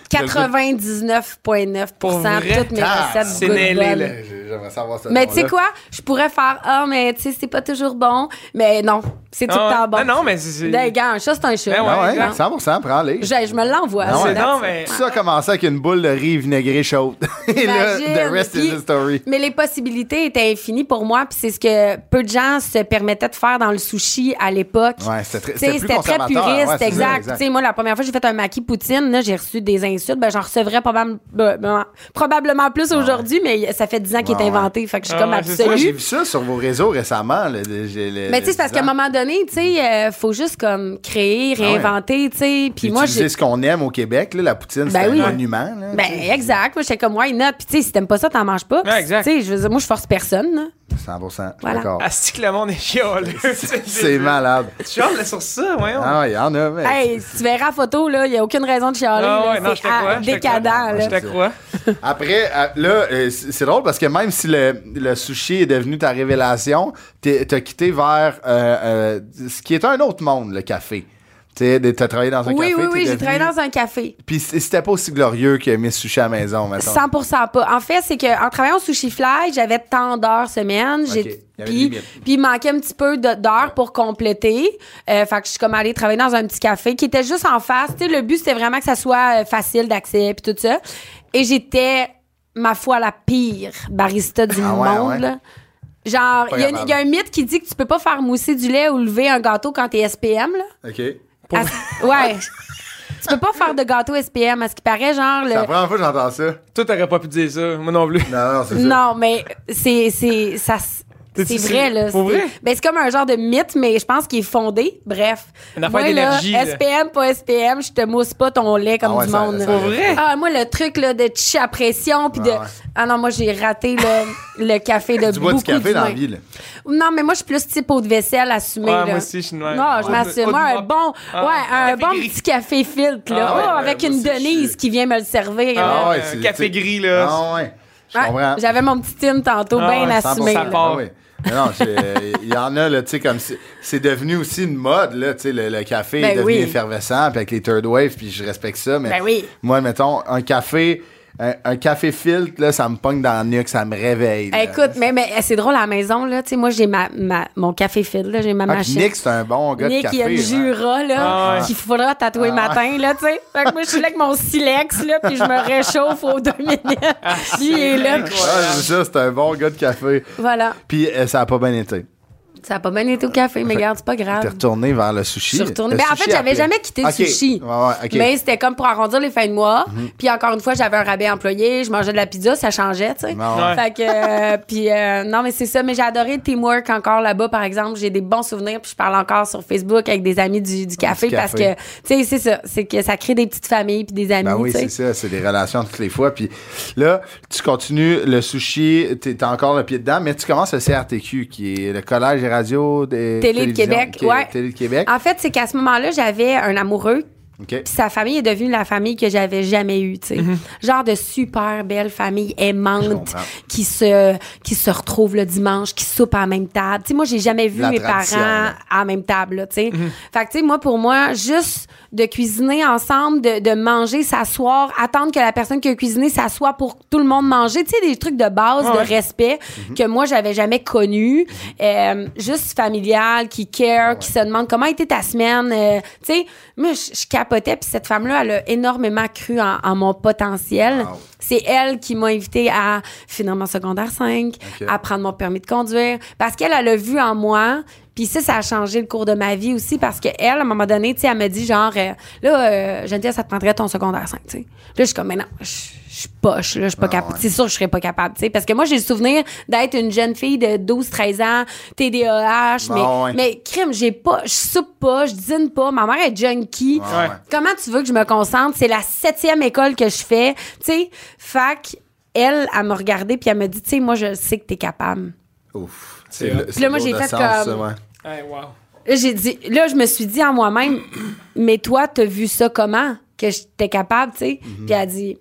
99,9 Pour vrai? toutes mes Ah, recettes c'est good mêlé, bonnes. là. J'aimerais savoir ça. Mais tu sais quoi? Je pourrais faire Ah, mais tu sais, c'est pas toujours bon. Mais non, c'est tout le Ah, temps bon. Non, non, mais c'est. c'est- Hey, gars, un chat, c'est un chat. Ben Ah ouais, Ouais, 100%, prends-les. Je, je me l'envoie. Ah ouais. c'est- that's Non, it. mais. Ça a commencé avec une boule de riz vinaigrée chaude. (laughs) Et là, Imagine. the rest Puis- is the story. Mais les possibilités étaient infinies pour moi, puis c'est ce que peu de gens se permettaient de faire dans le sushi à l'époque. Ouais, c'était très- Tu c'était sais, plus C'était très conservateur. puriste, Ouais, c'est ça, exact. exact. Tu sais, moi, la première fois que j'ai fait un maquis poutine, là, j'ai reçu des insultes. Ben, j'en recevrais probablement, ben, probablement plus aujourd'hui, mais ça fait 10 ans qu'il Ouais, est ouais. inventé, fait que je suis Ah, comme ouais, c'est Moi, absolue. j'ai vu ça sur vos réseaux récemment. le- le- j'ai le- Mais tu sais, c'est parce qu'à un moment donné, tu sais, euh, faut juste comme créer, Ah ouais. réinventer, tu sais. Puis Puis moi, j'ai utiliser ce qu'on aime au Québec, là, la poutine, Ben c'est un oui. monument. là, ben tu sais. exact, moi j'étais comme why not. Puis tu sais, si t'aimes pas ça, t'en manges pas. Ouais, exact. Tu sais, je veux dire, moi je force personne. là. 100%. Voilà. D'accord. (laughs) Asti que le monde est chialeux. (laughs) C'est (laughs) malade. Tu chiales sur ça, voyons. Ah, il y en a, mais. Hey, tu verras la photo, là, il n'y a aucune raison de chialer. Ah là. ouais, non, je c'est te crois, ah, je te décadent. crois. là. Je te crois. Après, euh, là, euh, c'est c'est drôle parce que même si le, le sushi est devenu ta révélation, t'es- t'as quitté vers euh, euh, ce qui est un autre monde, le café. Tu sais, de- t'as travaillé dans un oui, café. oui, t'es oui, j'ai devenu- travaillé dans un café. Puis c- c'était pas aussi glorieux que mes sushis à la maison, mettons. 100% pas. En fait, c'est que en travaillant au Sushi Fly, j'avais tant d'heures semaine. j'ai- Ok, il y avait Puis des limites. puis il manquait un petit peu de- d'heures pour compléter. Euh, fait que je suis comme allée travailler dans un petit café qui était juste en face. Tu sais, le but, c'était vraiment que ça soit euh, facile d'accès puis tout ça. Et j'étais, ma foi, la pire barista du Ah ouais, monde. ouais. là. Genre, Pas il y, a- capable. il y a un mythe qui dit que tu peux pas faire mousser du lait ou lever un gâteau quand t'es SPM, là. OK. À- (laughs) Ouais. tu peux pas faire de gâteau SPM, à ce qui paraît, genre C'est la le. première fois que j'entends ça. Toi, t'aurais pas pu dire ça. (laughs) Moi non plus. Non, non, c'est ça. Non, mais c'est c'est ça. s- T'es-tu C'est vrai, sérieux? là. Pour C'est- vrai? Ben, c'est comme un genre de mythe, mais je pense qu'il est fondé. Bref. Une affaire Moi, là, d'énergie, là. SPM, pas SPM, je te mousse pas ton lait comme Ah ouais, du ça- monde. ça- Pour vrai? Ah, moi, le truc là, de chier à pression, puis de. Ah ouais. Ah non, moi, j'ai raté là, (laughs) le café de Tu bois du beaucoup café dans la d'humains. vie, là. Non, mais moi, je suis plus type eau de vaisselle assumée. Ouais, là. moi aussi, je suis de même. Non, je Ouais. m'assume. Eau de Moi, un bois. bon, Ah, ouais, un café bon gris. petit café filtre, là. Ah, ouais, Oh, ouais, avec moi une aussi, je Denise suis- qui vient me le servir. Ah, là. ouais, un café c'est- gris, là. Ah, ouais. Je Ouais, comprends. J'avais mon petit team tantôt, Ah, bien ouais, 100%. assumé. Ça là. part. Ah oui. Mais Non, c'est- il y en a, là, tu sais, comme c'est- c'est devenu aussi une mode, là, tu sais, le, le café est Ben devenu oui. effervescent, puis avec les third wave, puis je respecte ça, mais Ben oui. moi, mettons, un café un, un café filtre, là, ça me pogne dans le nuque, ça me réveille. là. Écoute, mais, mais eh, c'est drôle à la maison, là. Tu sais, moi, j'ai ma, ma- mon café fil, là, j'ai ma Ah, puis machine. Nick, c'est un bon gars Nick, de café. il y a le hein. Jura, là, Ah ouais. qu'il faudra tatouer le matin, là, tu sais. Fait que moi, je suis là avec mon silex, là, puis je me réchauffe aux deux minutes. Lui, il est là. Ah, c'est ça, c'est un bon gars de café. Voilà. Puis euh, ça a pas bien été. Ça a pas mal été au café, mais regarde, c'est pas T'es grave. retourné vers le sushi. Ah. Je suis retournée. Le Mais en sushi fait, j'avais après. jamais quitté le Ok. sushi. Ouais, ouais, ok. Mhm. Mais c'était comme pour arrondir les fins de mois. Puis encore une fois, j'avais un rabais employé, je mangeais de la pizza, ça changeait, tu sais. Non, Ouais. Fait que, euh, (laughs) puis euh, non, mais c'est ça. Mais j'ai adoré le teamwork encore là-bas, par exemple. J'ai des bons souvenirs, puis je parle encore sur Facebook avec des amis du, du café, Du parce café. que, tu sais, c'est ça. C'est que ça crée des petites familles puis des amis, Ben oui, tu sais. c'est ça, c'est des relations toutes les fois. Puis là, tu continues le sushi, t'es t'as encore le pied dedans, mais tu commences le CRTQ, qui est le Collège des radios des Télé de télévisions, Québec, qui est- ouais. Ah. Télé de Québec. En fait, c'est qu'à ce moment-là, j'avais un amoureux OK. Mhm. Puis sa famille est devenue la famille que j'avais jamais eue, tu sais. Genre de super belle famille Je aimante comprends. qui se qui se retrouve le dimanche, qui soupe à la même table. Tu sais, moi j'ai jamais vu La mes tradition, parents là. Mhm. à la même table, là, tu sais. Fait que tu sais moi pour moi juste de cuisiner ensemble, de, de manger, s'asseoir, attendre que la personne qui a cuisiné s'assoie pour que tout le monde manger, tu sais des trucs de base Ah Ouais. de respect Mhm. que moi j'avais jamais connu, Euh, juste familial, qui Ah care, qui se demande comment a été ta semaine, Euh, tu sais, moi je je capotais puis cette femme là elle a énormément cru en, en mon potentiel. Wow. C'est elle qui m'a invité à finir mon secondaire 5, Ok. à prendre mon permis de conduire, parce qu'elle, elle a vu en moi. Puis ça, ça a changé le cours de ma vie aussi, parce qu'elle, à un moment donné, tu sais, elle me dit genre, euh, là, euh, Geneviève, ça te prendrait ton secondaire 5, tu sais. Là, je suis comme, mais non, je je suis poche, là, je Ah, suis pas capable. C'est sûr que je serais pas capable, tu sais. Parce que moi, j'ai le souvenir d'être une jeune fille de 12, 13 ans, TDAH, mais, Ah ouais. mais crime, j'ai pas, je soupe pas, je dîne pas, ma mère est junkie. Ah ouais. Comment tu veux que je me concentre? C'est la septième école que je fais. Tu sais, fac, elle, elle m'a regardé puis elle me dit, tu sais, moi, je sais que t'es capable. Ouf. C'est Puis le- c'est là, moi, lourd j'ai de fait sens, comme- ça, ouais. Hey, wow. Là, j'ai dit, là, je me suis dit en moi-même, mais toi, t'as vu ça comment? Que j'étais capable, tu sais? Mhm. Puis elle a dit,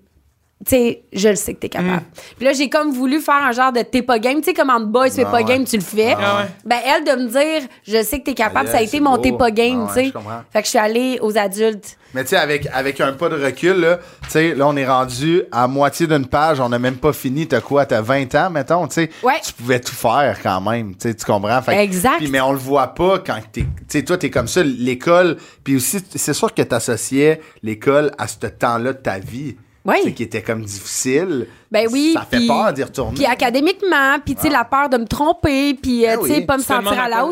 tu sais, je le sais que t'es capable. Puis là, j'ai comme voulu faire un genre de t'es pas game. Tu sais, comme en boy, t'es Ah pas ouais. game, tu le fais. Ah ouais. Ben, elle, de me dire, je sais que t'es capable, Ah, ça a yeah, été c'est mon beau. t'es pas game, Ah ouais, tu sais. je comprends. Fait que je suis allée aux adultes. Mais tu sais, avec, avec un pas de recul, là, tu sais, là, on est rendu à moitié d'une page, on n'a même pas fini. T'as quoi? T'as 20 ans, mettons, tu sais. Ouais. Tu pouvais tout faire quand même, tu sais, tu comprends? Fait que- Exact. puis, mais on le voit pas quand t'es. Tu sais, toi, t'es comme ça, l'école. Puis aussi, t- c'est sûr que t'associais l'école à ce temps-là de ta vie. Ouais. Tu sais, Qui était comme difficile. Ben oui. Ça fait puis- peur d'y retourner. Ah. Puis académiquement, puis tu sais, la peur de me tromper, puis euh, Ben tu sais, oui. pas me Tu te sentir demandes à la quoi- À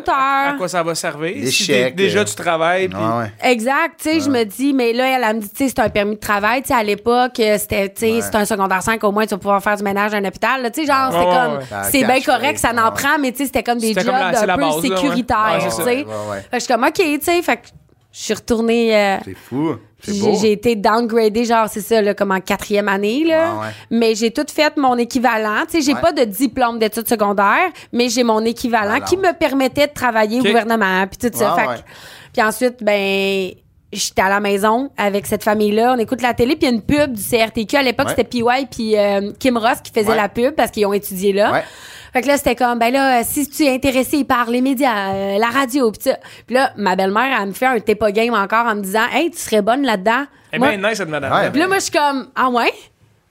hauteur. quoi ça va servir? Si L'échec, t'es- déjà, euh, tu travailles. puis- Ouais, ouais. Exact, tu sais, je me dis, mais là, elle, elle me dit, tu sais, c'est un permis de travail, tu sais, à l'époque, euh, c'était, tu sais, c'est un secondaire 5, au moins, tu vas pouvoir faire du ménage à un hôpital, là, tu sais, genre, Ouais, ouais, c'est ouais. comme, c'est Ah, bien cash correct, ça free, n'en ouais. prend, mais tu sais, c'était comme des C'était jobs comme la- c'est la un peu base, là, ouais. sécuritaires, Ouais, c'est tu sais. ça. Ouais, ouais. Fait que Je suis comme, OK, tu sais, fait que je suis retournée... euh, C'est fou. C'est j'ai beau. j'ai été downgradée, genre, c'est ça, là, comme en quatrième année, là. Ah ouais. Mais j'ai tout fait mon équivalent. Tu sais, j'ai Ouais. pas de diplôme d'études secondaires, mais j'ai mon équivalent Alors. qui me permettait de travailler Ok. au gouvernement, puis tout ça. Ouais, Fait que- ouais. Puis ensuite, ben... J'étais à la maison avec cette famille-là. On écoute la télé, puis il y a une pub du CRTQ. À l'époque, Ouais. c'était PY puis euh, Kim Ross qui faisait Ouais. la pub parce qu'ils ont étudié là. Ouais. Fait que là, c'était comme, ben là, euh, si tu es intéressé par les médias, euh, la radio, pis ça. Puis là, ma belle-mère, elle me fait un t'es pas game encore en me disant, hey, tu serais bonne là-dedans. Eh Moi- bien, nice, cette madame. Ouais. Puis là, moi, je suis comme, ah ouais?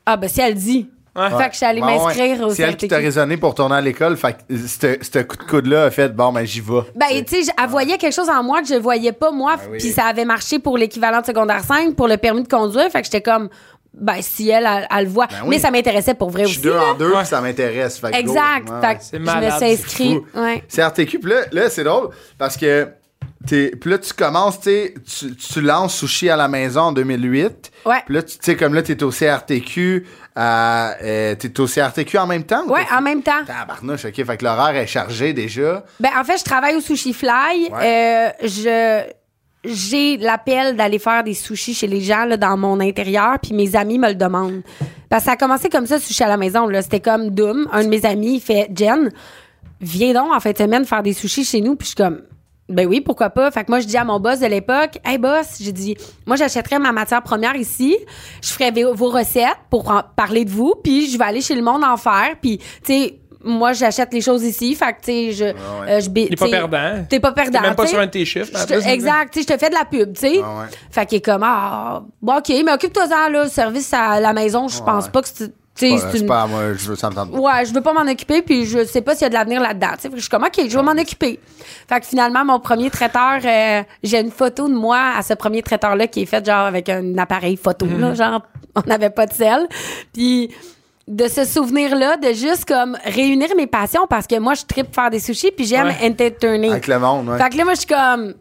Ah, ben si elle dit. Ouais. Fait que je suis allée Ouais, ouais. m'inscrire au C'est elle qui CRTQ. t'a raisonné pour tourner à l'école. Fait que ce ce coup de coude-là a fait bon, ben j'y vais. Ben, tu sais, j- elle voyait quelque chose en moi que je voyais pas, moi. Ben oui. Puis ça avait marché pour l'équivalent de secondaire 5, pour le permis de conduire. Fait que j'étais comme, ben, si elle, elle, elle le voit. Ben oui. Mais ça m'intéressait pour vrai Je suis aussi. deux là. en deux, Ouais. puis ça m'intéresse. Fait que Exact. go. Ouais, fait ouais. que C'est je me malade, suis c'est inscrite. fou. Ouais. C'est RTQ. Puis là, là, c'est drôle parce que. t'es- Puis là, tu commences, tu sais, tu, tu lances Sushi à la maison en 2008. Ouais. Puis là, tu tu sais, comme là, t'es au CRTQ, à, euh, t'es au CRTQ en même temps? ou Ouais, t'as- en même temps. Tabarnouche, OK. Fait que l'horaire est chargé déjà. Ben, en fait, je travaille au Sushi Fly. Euh, je j'ai l'appel d'aller faire des sushis chez les gens là, dans mon intérieur, puis mes amis me le demandent. Parce que ça a commencé comme ça, sushi à la maison. là. C'était comme Doom, un de mes amis, il fait Jen, viens donc en fin de semaine faire des sushis chez nous. Puis je suis comme, ben oui, pourquoi pas. Fait que moi, je dis à mon boss de l'époque, hey boss, j'ai dit, moi, j'achèterais ma matière première ici, je ferais vos vos recettes pour en parler de vous, puis je vais aller chez le monde en faire. Puis, tu sais, moi, j'achète les choses ici. Fait que, tu sais, je. euh, je bi- T'es pas tu sais, perdant. T'es pas perdant. T'es même pas tu sais. sur un de tes chiffres. Je te- Ah, exact, tu sais, je te fais de la pub, tu sais. Ah ouais. Fait qu'il est comme, ah, bon, OK, mais occupe-toi-en, là, le service à la maison, je pense Ah ouais. pas que c'est. tu sais, Ouais, c'est C'est une- pas à moi, je veux ça me tente pas. Ouais, je veux pas m'en occuper, puis je sais pas s'il y a de l'avenir là-dedans. tu sais. Fait que Je suis comme, OK, Ah je vais m'en occuper. Fait que finalement, mon premier traiteur, euh, j'ai une photo de moi à ce premier traiteur-là qui est fait genre avec un appareil photo, Mhm. là, genre, on n'avait pas de sel. Puis de ce souvenir-là, de juste comme réunir mes passions, parce que moi, je tripe faire des sushis, puis j'aime Ouais. entertainer. Avec le monde, ouais. Fait que là, moi, je suis comme.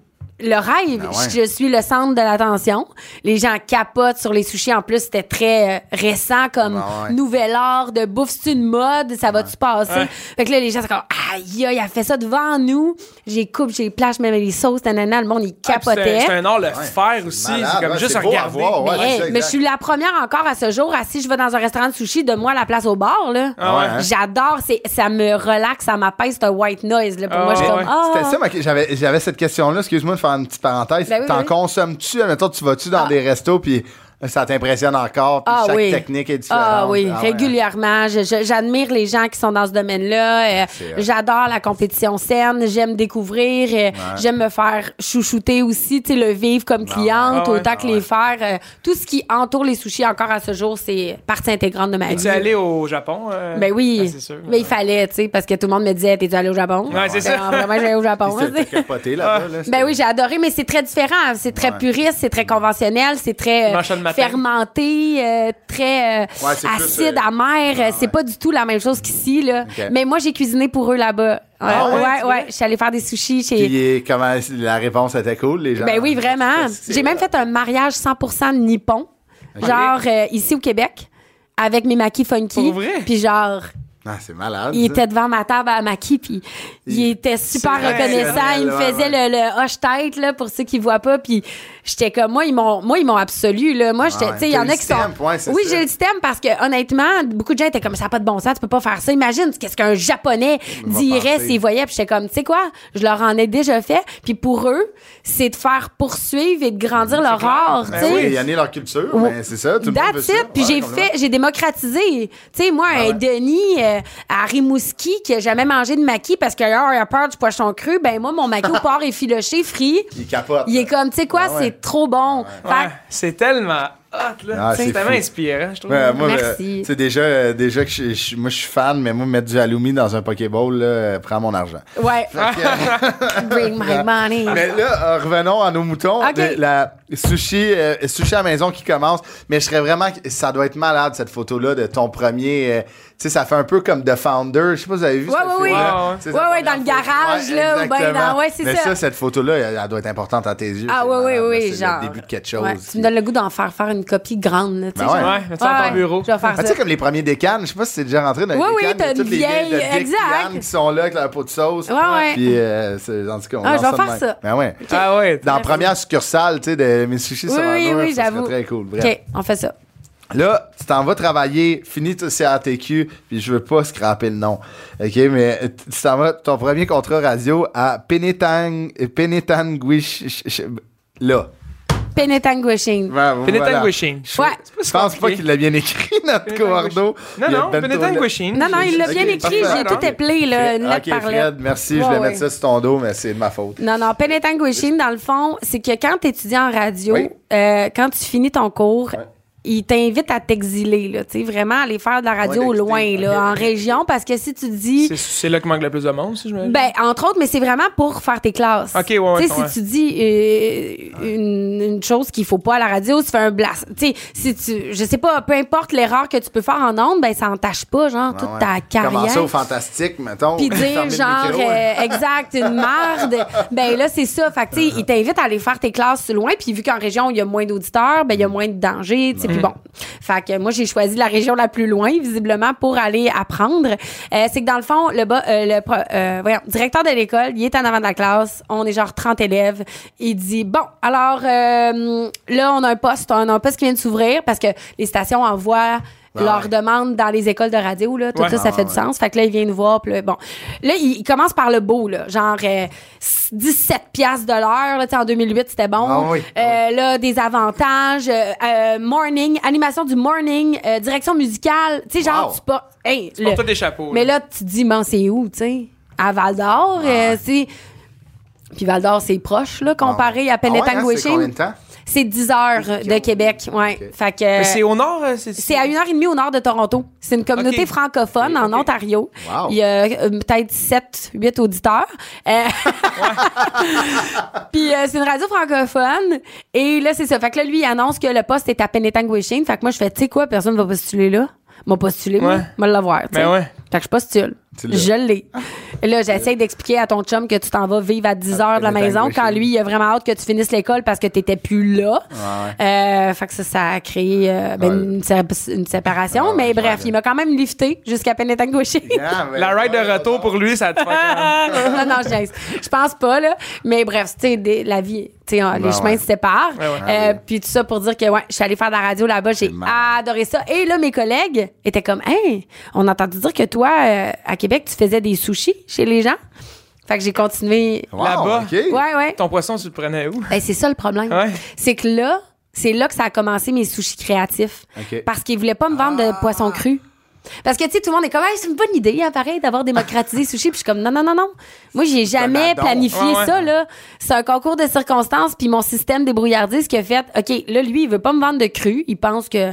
Le rêve, Ah ouais. je je suis le centre de l'attention. Les gens capotent sur les sushis. En plus, c'était très euh, récent comme Ah ouais. nouvel art de bouffe. C'est une mode, ça va-tu passer? Ouais. Fait que là, les gens sont comme, aïe, aïe, elle fait ça devant nous. J'ai coupe, j'ai plage, même les sauces, nanana. Le monde, il Ah, puis c'est un- capotait. C'est un art le Ouais. faire aussi. Malade, C'est comme ouais, juste c'est beau à regarder. voir, ouais. Mais, hey, c'est ça, mais exact. je suis la première encore à ce jour, à si je vais dans un restaurant de sushi, de moi la place au bar, là. Ah ouais, hein? J'adore, c'est- ça me relaxe, ça m'apaise, c'est un white noise, là. Pour Ah moi, je suis ouais. comme, ah. C'était ça, ma- j'avais, j'avais cette question-là. Excuse-moi de faire une petite parenthèse. Ben oui, T'en oui. consommes-tu? Admettons, tu vas-tu dans des restos, puis euh, ça t'impressionne encore, puis Ah chaque oui. technique est différente. Ah oui, ouais, hein. régulièrement. Je- je- J'admire les gens qui sont dans ce domaine-là. Euh, Ah, C'est hot. J'adore la compétition saine. J'aime découvrir. Euh, J'aime me faire chouchouter aussi, tu sais, le vivre comme cliente, Ah ouais. autant que les faire. Euh, tout ce qui entoure les sushis encore à ce jour, c'est partie intégrante de ma Tu vie. es allé au Japon? euh? Ben oui, Ah, c'est sûr. mais il fallait, tu sais, parce que tout le monde me disait, t'es allé au Japon. Ouais, c'est ça. Ben, Vraiment, j'allais (laughs) au Japon. Puis tu C'était sais. capoté là-bas. là, c'était- Ben oui, j'ai adoré, mais c'est très différent. C'est très Ouais. puriste, c'est très conventionnel, c'est très euh, Manchon le matin. fermenté, euh, très euh, Ouais, c'est plus, acide, euh, amer. Euh, c'est pas du tout la même chose qu'ici. là. Ok. Mais moi, j'ai cuisiné pour eux là-bas. Ah Euh, ouais, ouais, tu ouais. Je suis allée faire des sushis chez. Puis comment la réponse était cool, les gens. Ben oui, (laughs) vraiment. C'est- J'ai même fait un mariage 100% nippon, genre euh, ici au Québec, avec mes maquis funky. Pour vrai? Puis genre, Ah, c'est malade. il ça. était devant ma table à Maki, puis il, Il- était super C'est reconnaissant. Il me exceptionnel, faisait ouais, le, le hoche-tête, là, pour ceux qui voient pas. Puis j'étais comme, moi, ils m'ont, moi, ils m'ont absolu, là. Moi, j'étais, Ouais, tu sais, il y t'as en le a qui sont. stamp, ouais, c'est oui, ça. j'ai le stem parce que, honnêtement, beaucoup de gens étaient comme, ça n'a pas de bon sens, tu peux pas faire ça. Imagine qu'est-ce qu'un Japonais va dirait penser. s'il voyait. Puis j'étais comme, tu sais quoi, je leur en ai déjà fait. Puis pour eux, c'est de faire poursuivre et de grandir leur art, tu Ben sais. oui, il y en a leur culture, mais c'est ça, tout le monde That's veut it. ça. Puis Ouais, Ah j'ai complètement. fait, j'ai démocratisé. Tu sais, moi, un Denis euh, à Rimouski qui a jamais mangé de maquis parce qu'il a peur du poisson cru, ben moi, mon maquis au porc (laughs) effiloché, frit, Il capote. il est comme, tu sais quoi, Ah ouais. c'est trop bon. Fait Ouais, c'est tellement hot, là. Ah, c'est c'est tellement fou. inspirant, je trouve. Ouais, moi, Merci. euh, c'est déjà, euh, déjà que je, je- moi, je suis fan, mais moi, mettre du halloumi dans un Pokéball, là, euh, prends mon argent. que- ouais. Bring (laughs) my money. Mais là, euh, revenons à nos moutons. Ah. Ok. Le- la sushi, euh, sushi à la maison qui commence. Mais je serais vraiment. Ça doit être malade, cette photo-là, de ton premier. euh, tu sais, ça fait un peu comme The Founder. Je sais pas si vous avez vu Ouais, cette ouais, photo-là. ouais. Tu sais, Ouais, sa première ouais, dans le photo. garage, là, ou ben exactement. dans- ouais, c'est Mais ça. ça, cette photo-là, elle, elle doit être importante à tes yeux. Ah C'est ouais, malade, oui, là, oui, C'est genre. le début de quelque chose. Ouais, tu me donnes le goût d'en faire faire une copie grande, là, tu sais. Ben ouais. genre. Ouais, mets ça dans ton bureau. Je vais faire Ah, tu ça. sais, comme les premiers décanes, je sais pas si t'es déjà rentré dans Oui, les oui, décanes, il y t'as a une toutes les vieilles vieille, de Dick exact. Yann qui sont là avec leur pot de sauce. Ouais, ouais. Puis, euh, c'est, en tout cas, on Ah, lance je vais ça de faire même. ça. Ben ouais. Ah ouais. Dans la première succursale, tu sais, de mes sushis Oui, sur un oui, mur, oui, ça serait j'avoue. très cool. Bref. OK, on fait ça. Là, tu t'en vas travailler, finis ton CATQ, puis je veux pas scraper le nom. OK, mais t- tu t'en vas, ton premier contrat radio à Penetang, Penetanguish. Là. Penetanguishing. Ben, voilà. Penetanguishing. Je Ouais. je pense pas qu'il l'a bien écrit, notre Cordo. Non, Il y a Ben non, Bento là. Penetanguishing. Non, non, il l'a Ok, bien écrit, parfait. j'ai tout éplé, là, une Ok, lettre par lettre. Fred, merci. je Ouais, vais ouais. mettre ça sur ton dos, mais c'est de ma faute. Non, non, Penetanguishing, dans le fond, c'est que quand tu étudies en radio, Oui. euh, quand tu finis ton cours, Ouais. ils t'invitent à t'exiler, là, tu sais, vraiment à aller faire de la radio Ouais, loin, d'exil. là, en Ok. région, parce que si tu dis. C'est- C'est là que manque le plus de monde, si je me Ben, entre autres, mais c'est vraiment pour faire tes classes. Ok, ouais, ouais, Tu sais, ouais. si tu dis euh, une, une chose qu'il faut pas à la radio, tu fais un blast. Tu sais, si tu, je sais pas, peu importe l'erreur que tu peux faire en ondes, ben, ça entache pas, genre, Ouais, toute ouais. ta carrière. Commencer au fantastique, mettons. puis dire fermer le genre micro. euh, exact une (laughs) merde ben là c'est ça fait que tu sais ils t'invitent à aller faire tes classes loin puis vu qu'en région il y a moins d'auditeurs ben il y a Mm. moins de danger tu sais puis bon fait que moi j'ai choisi la région la plus loin visiblement pour aller apprendre Euh, c'est que dans le fond le bas euh, le pro- euh, voyons, directeur de l'école il est en avant de la classe on est genre 30 élèves il dit bon alors euh, là on a un poste on a un poste qui vient de s'ouvrir parce que les stations envoient Ah leur ouais. demandent dans les écoles de radio. Là, tout Ouais. ça, ça Ah fait du ouais. sens. Fait que là, ils viennent nous voir. puis là, bon. Là, ils ils commencent par le beau, là, genre euh, 17 piastres de l'heure. là, tu sais, En 2008, c'était bon. Ah oui. Euh, euh, là, des avantages, euh, euh, morning, animation du morning, euh, direction musicale, tu sais, genre, Wow. tu pas. Hey, le- Pour toi des chapeaux. mais là, tu te dis, man, c'est où, tu sais? À Val d'Or, euh, c'est. Puis Val d'Or, c'est proche, là, comparé à Ah Ah ouais, hein, c'est combien Penetanguishing. de temps? c'est 10 heures de Québec, ouais. Ok. Fait que. Mais c'est au nord. euh, C'est à une heure et demie au nord de Toronto. C'est une communauté Ok. francophone en Ok. Ontario. Wow. Il y a euh, peut-être 7, 8 auditeurs. Euh, (laughs) Puis euh, c'est une radio francophone. Et là, c'est ça. Fait que là, lui, il annonce que le poste est à Penetanguishene. Fait que moi, je fais, tu sais quoi, personne va postuler là. M'a postulé, moi. Ouais. M'a l'avoir. tu sais. Ben ouais. Fait que je postule. Tu l'as. Je l'ai. Et Là, j'essaie d'expliquer à ton chum que tu t'en vas vivre à 10 heures de la maison Penetanguishene. quand lui, il a vraiment hâte que tu finisses l'école parce que t'étais plus là. Euh, fait que ça, ça a créé euh, ben, Ouais. une, sé- une séparation. Ah ouais, mais je bref, comprends. il m'a quand même lifté jusqu'à Penetanguishene. Ah, ben, La ride de retour pour lui, ça te fait comme- (laughs) non, non, je niaise. Je pense pas, là. Mais bref, tu sais, des- la vie, tu sais, hein, les Ben chemins ouais. Ah se séparent. Ouais, ouais. Euh, Puis tout ça pour dire que, ouais, je suis allée faire de la radio là-bas, j'ai marrant. adoré ça. Et là, mes collègues étaient comme, hey, on a entendu dire que toi, euh, à Québec, tu faisais des sushis chez les gens. Fait que j'ai continué. Wow, Là-bas. OK. Ouais, ouais. Ton poisson, tu le prenais où? (laughs) Ben, c'est ça le problème. Ouais. C'est que là, c'est là que ça a commencé mes sushis créatifs. OK. Parce qu'ils voulaient pas me vendre de poisson cru. Parce que, tu sais, tout le monde est comme, Hey, c'est une bonne idée, hein, pareil, d'avoir démocratisé sushi. Puis je suis comme, non, non, non, non. Moi, j'ai jamais addon. planifié Ouais, ouais. ça, là. C'est un concours de circonstances. Puis mon système débrouillardiste qui a fait, OK, là, lui, il veut pas me vendre de cru. Il pense que,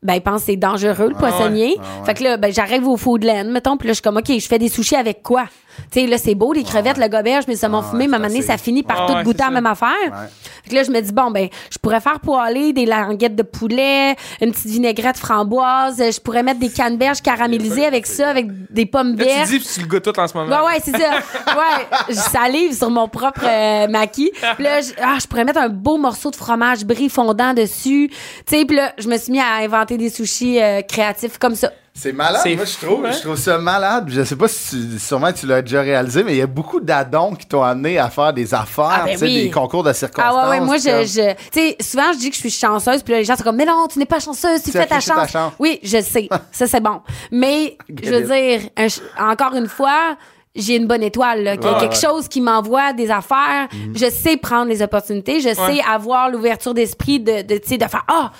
ben, il pense que c'est dangereux, le poissonnier. Ah ouais. Fait que là, ben, j'arrive au Foodland, mettons. Puis là, je suis comme, OK, je fais des sushis avec quoi? Tu sais, là, c'est beau, les crevettes, le goberge, mais ça m'a ouais, fumé. c'est Mais à un moment donné, assez. ça finit par Ah tout ouais, goûter c'est à la ça. même affaire. Ouais. Fait que là, je me dis, bon, ben, je pourrais faire poêler des languettes de poulet, une petite vinaigrette framboise, je pourrais mettre des canneberges caramélisées avec ça, avec des pommes Là, tu vertes. dis, puis tu le goûtes tout en ce moment. Ouais, ouais, c'est ça. Ouais, je salive sur mon propre euh, maquis. Puis là, je, ah, je pourrais mettre un beau morceau de fromage brie fondant dessus. Tu sais, puis là, je me suis mis à inventer des sushis euh, créatifs comme ça. C'est malade, C'est Ah, moi je trouve, fou, hein? je trouve ça malade. Je sais pas si tu- sûrement tu l'as déjà réalisé, mais il y a beaucoup d'addons qui t'ont amené à faire des affaires, Ah, ben tu sais, oui. des concours de circonstances. Ah ouais, ouais, moi, je, comme- je- tu sais, souvent, je dis que je suis chanceuse, puis là, les gens sont comme, mais non, tu n'es pas chanceuse, tu Tu as fais ta triché ta chance. chance. Oui, je (laughs) sais. ça, c'est bon. Mais, je veux dire, un ch- encore une fois, j'ai une bonne étoile, là, qu'il y a Ouais, Mhm. quelque ouais. chose qui m'envoie des affaires. Je sais prendre les opportunités, je sais avoir l'ouverture d'esprit de, de, tu sais, de faire, ah,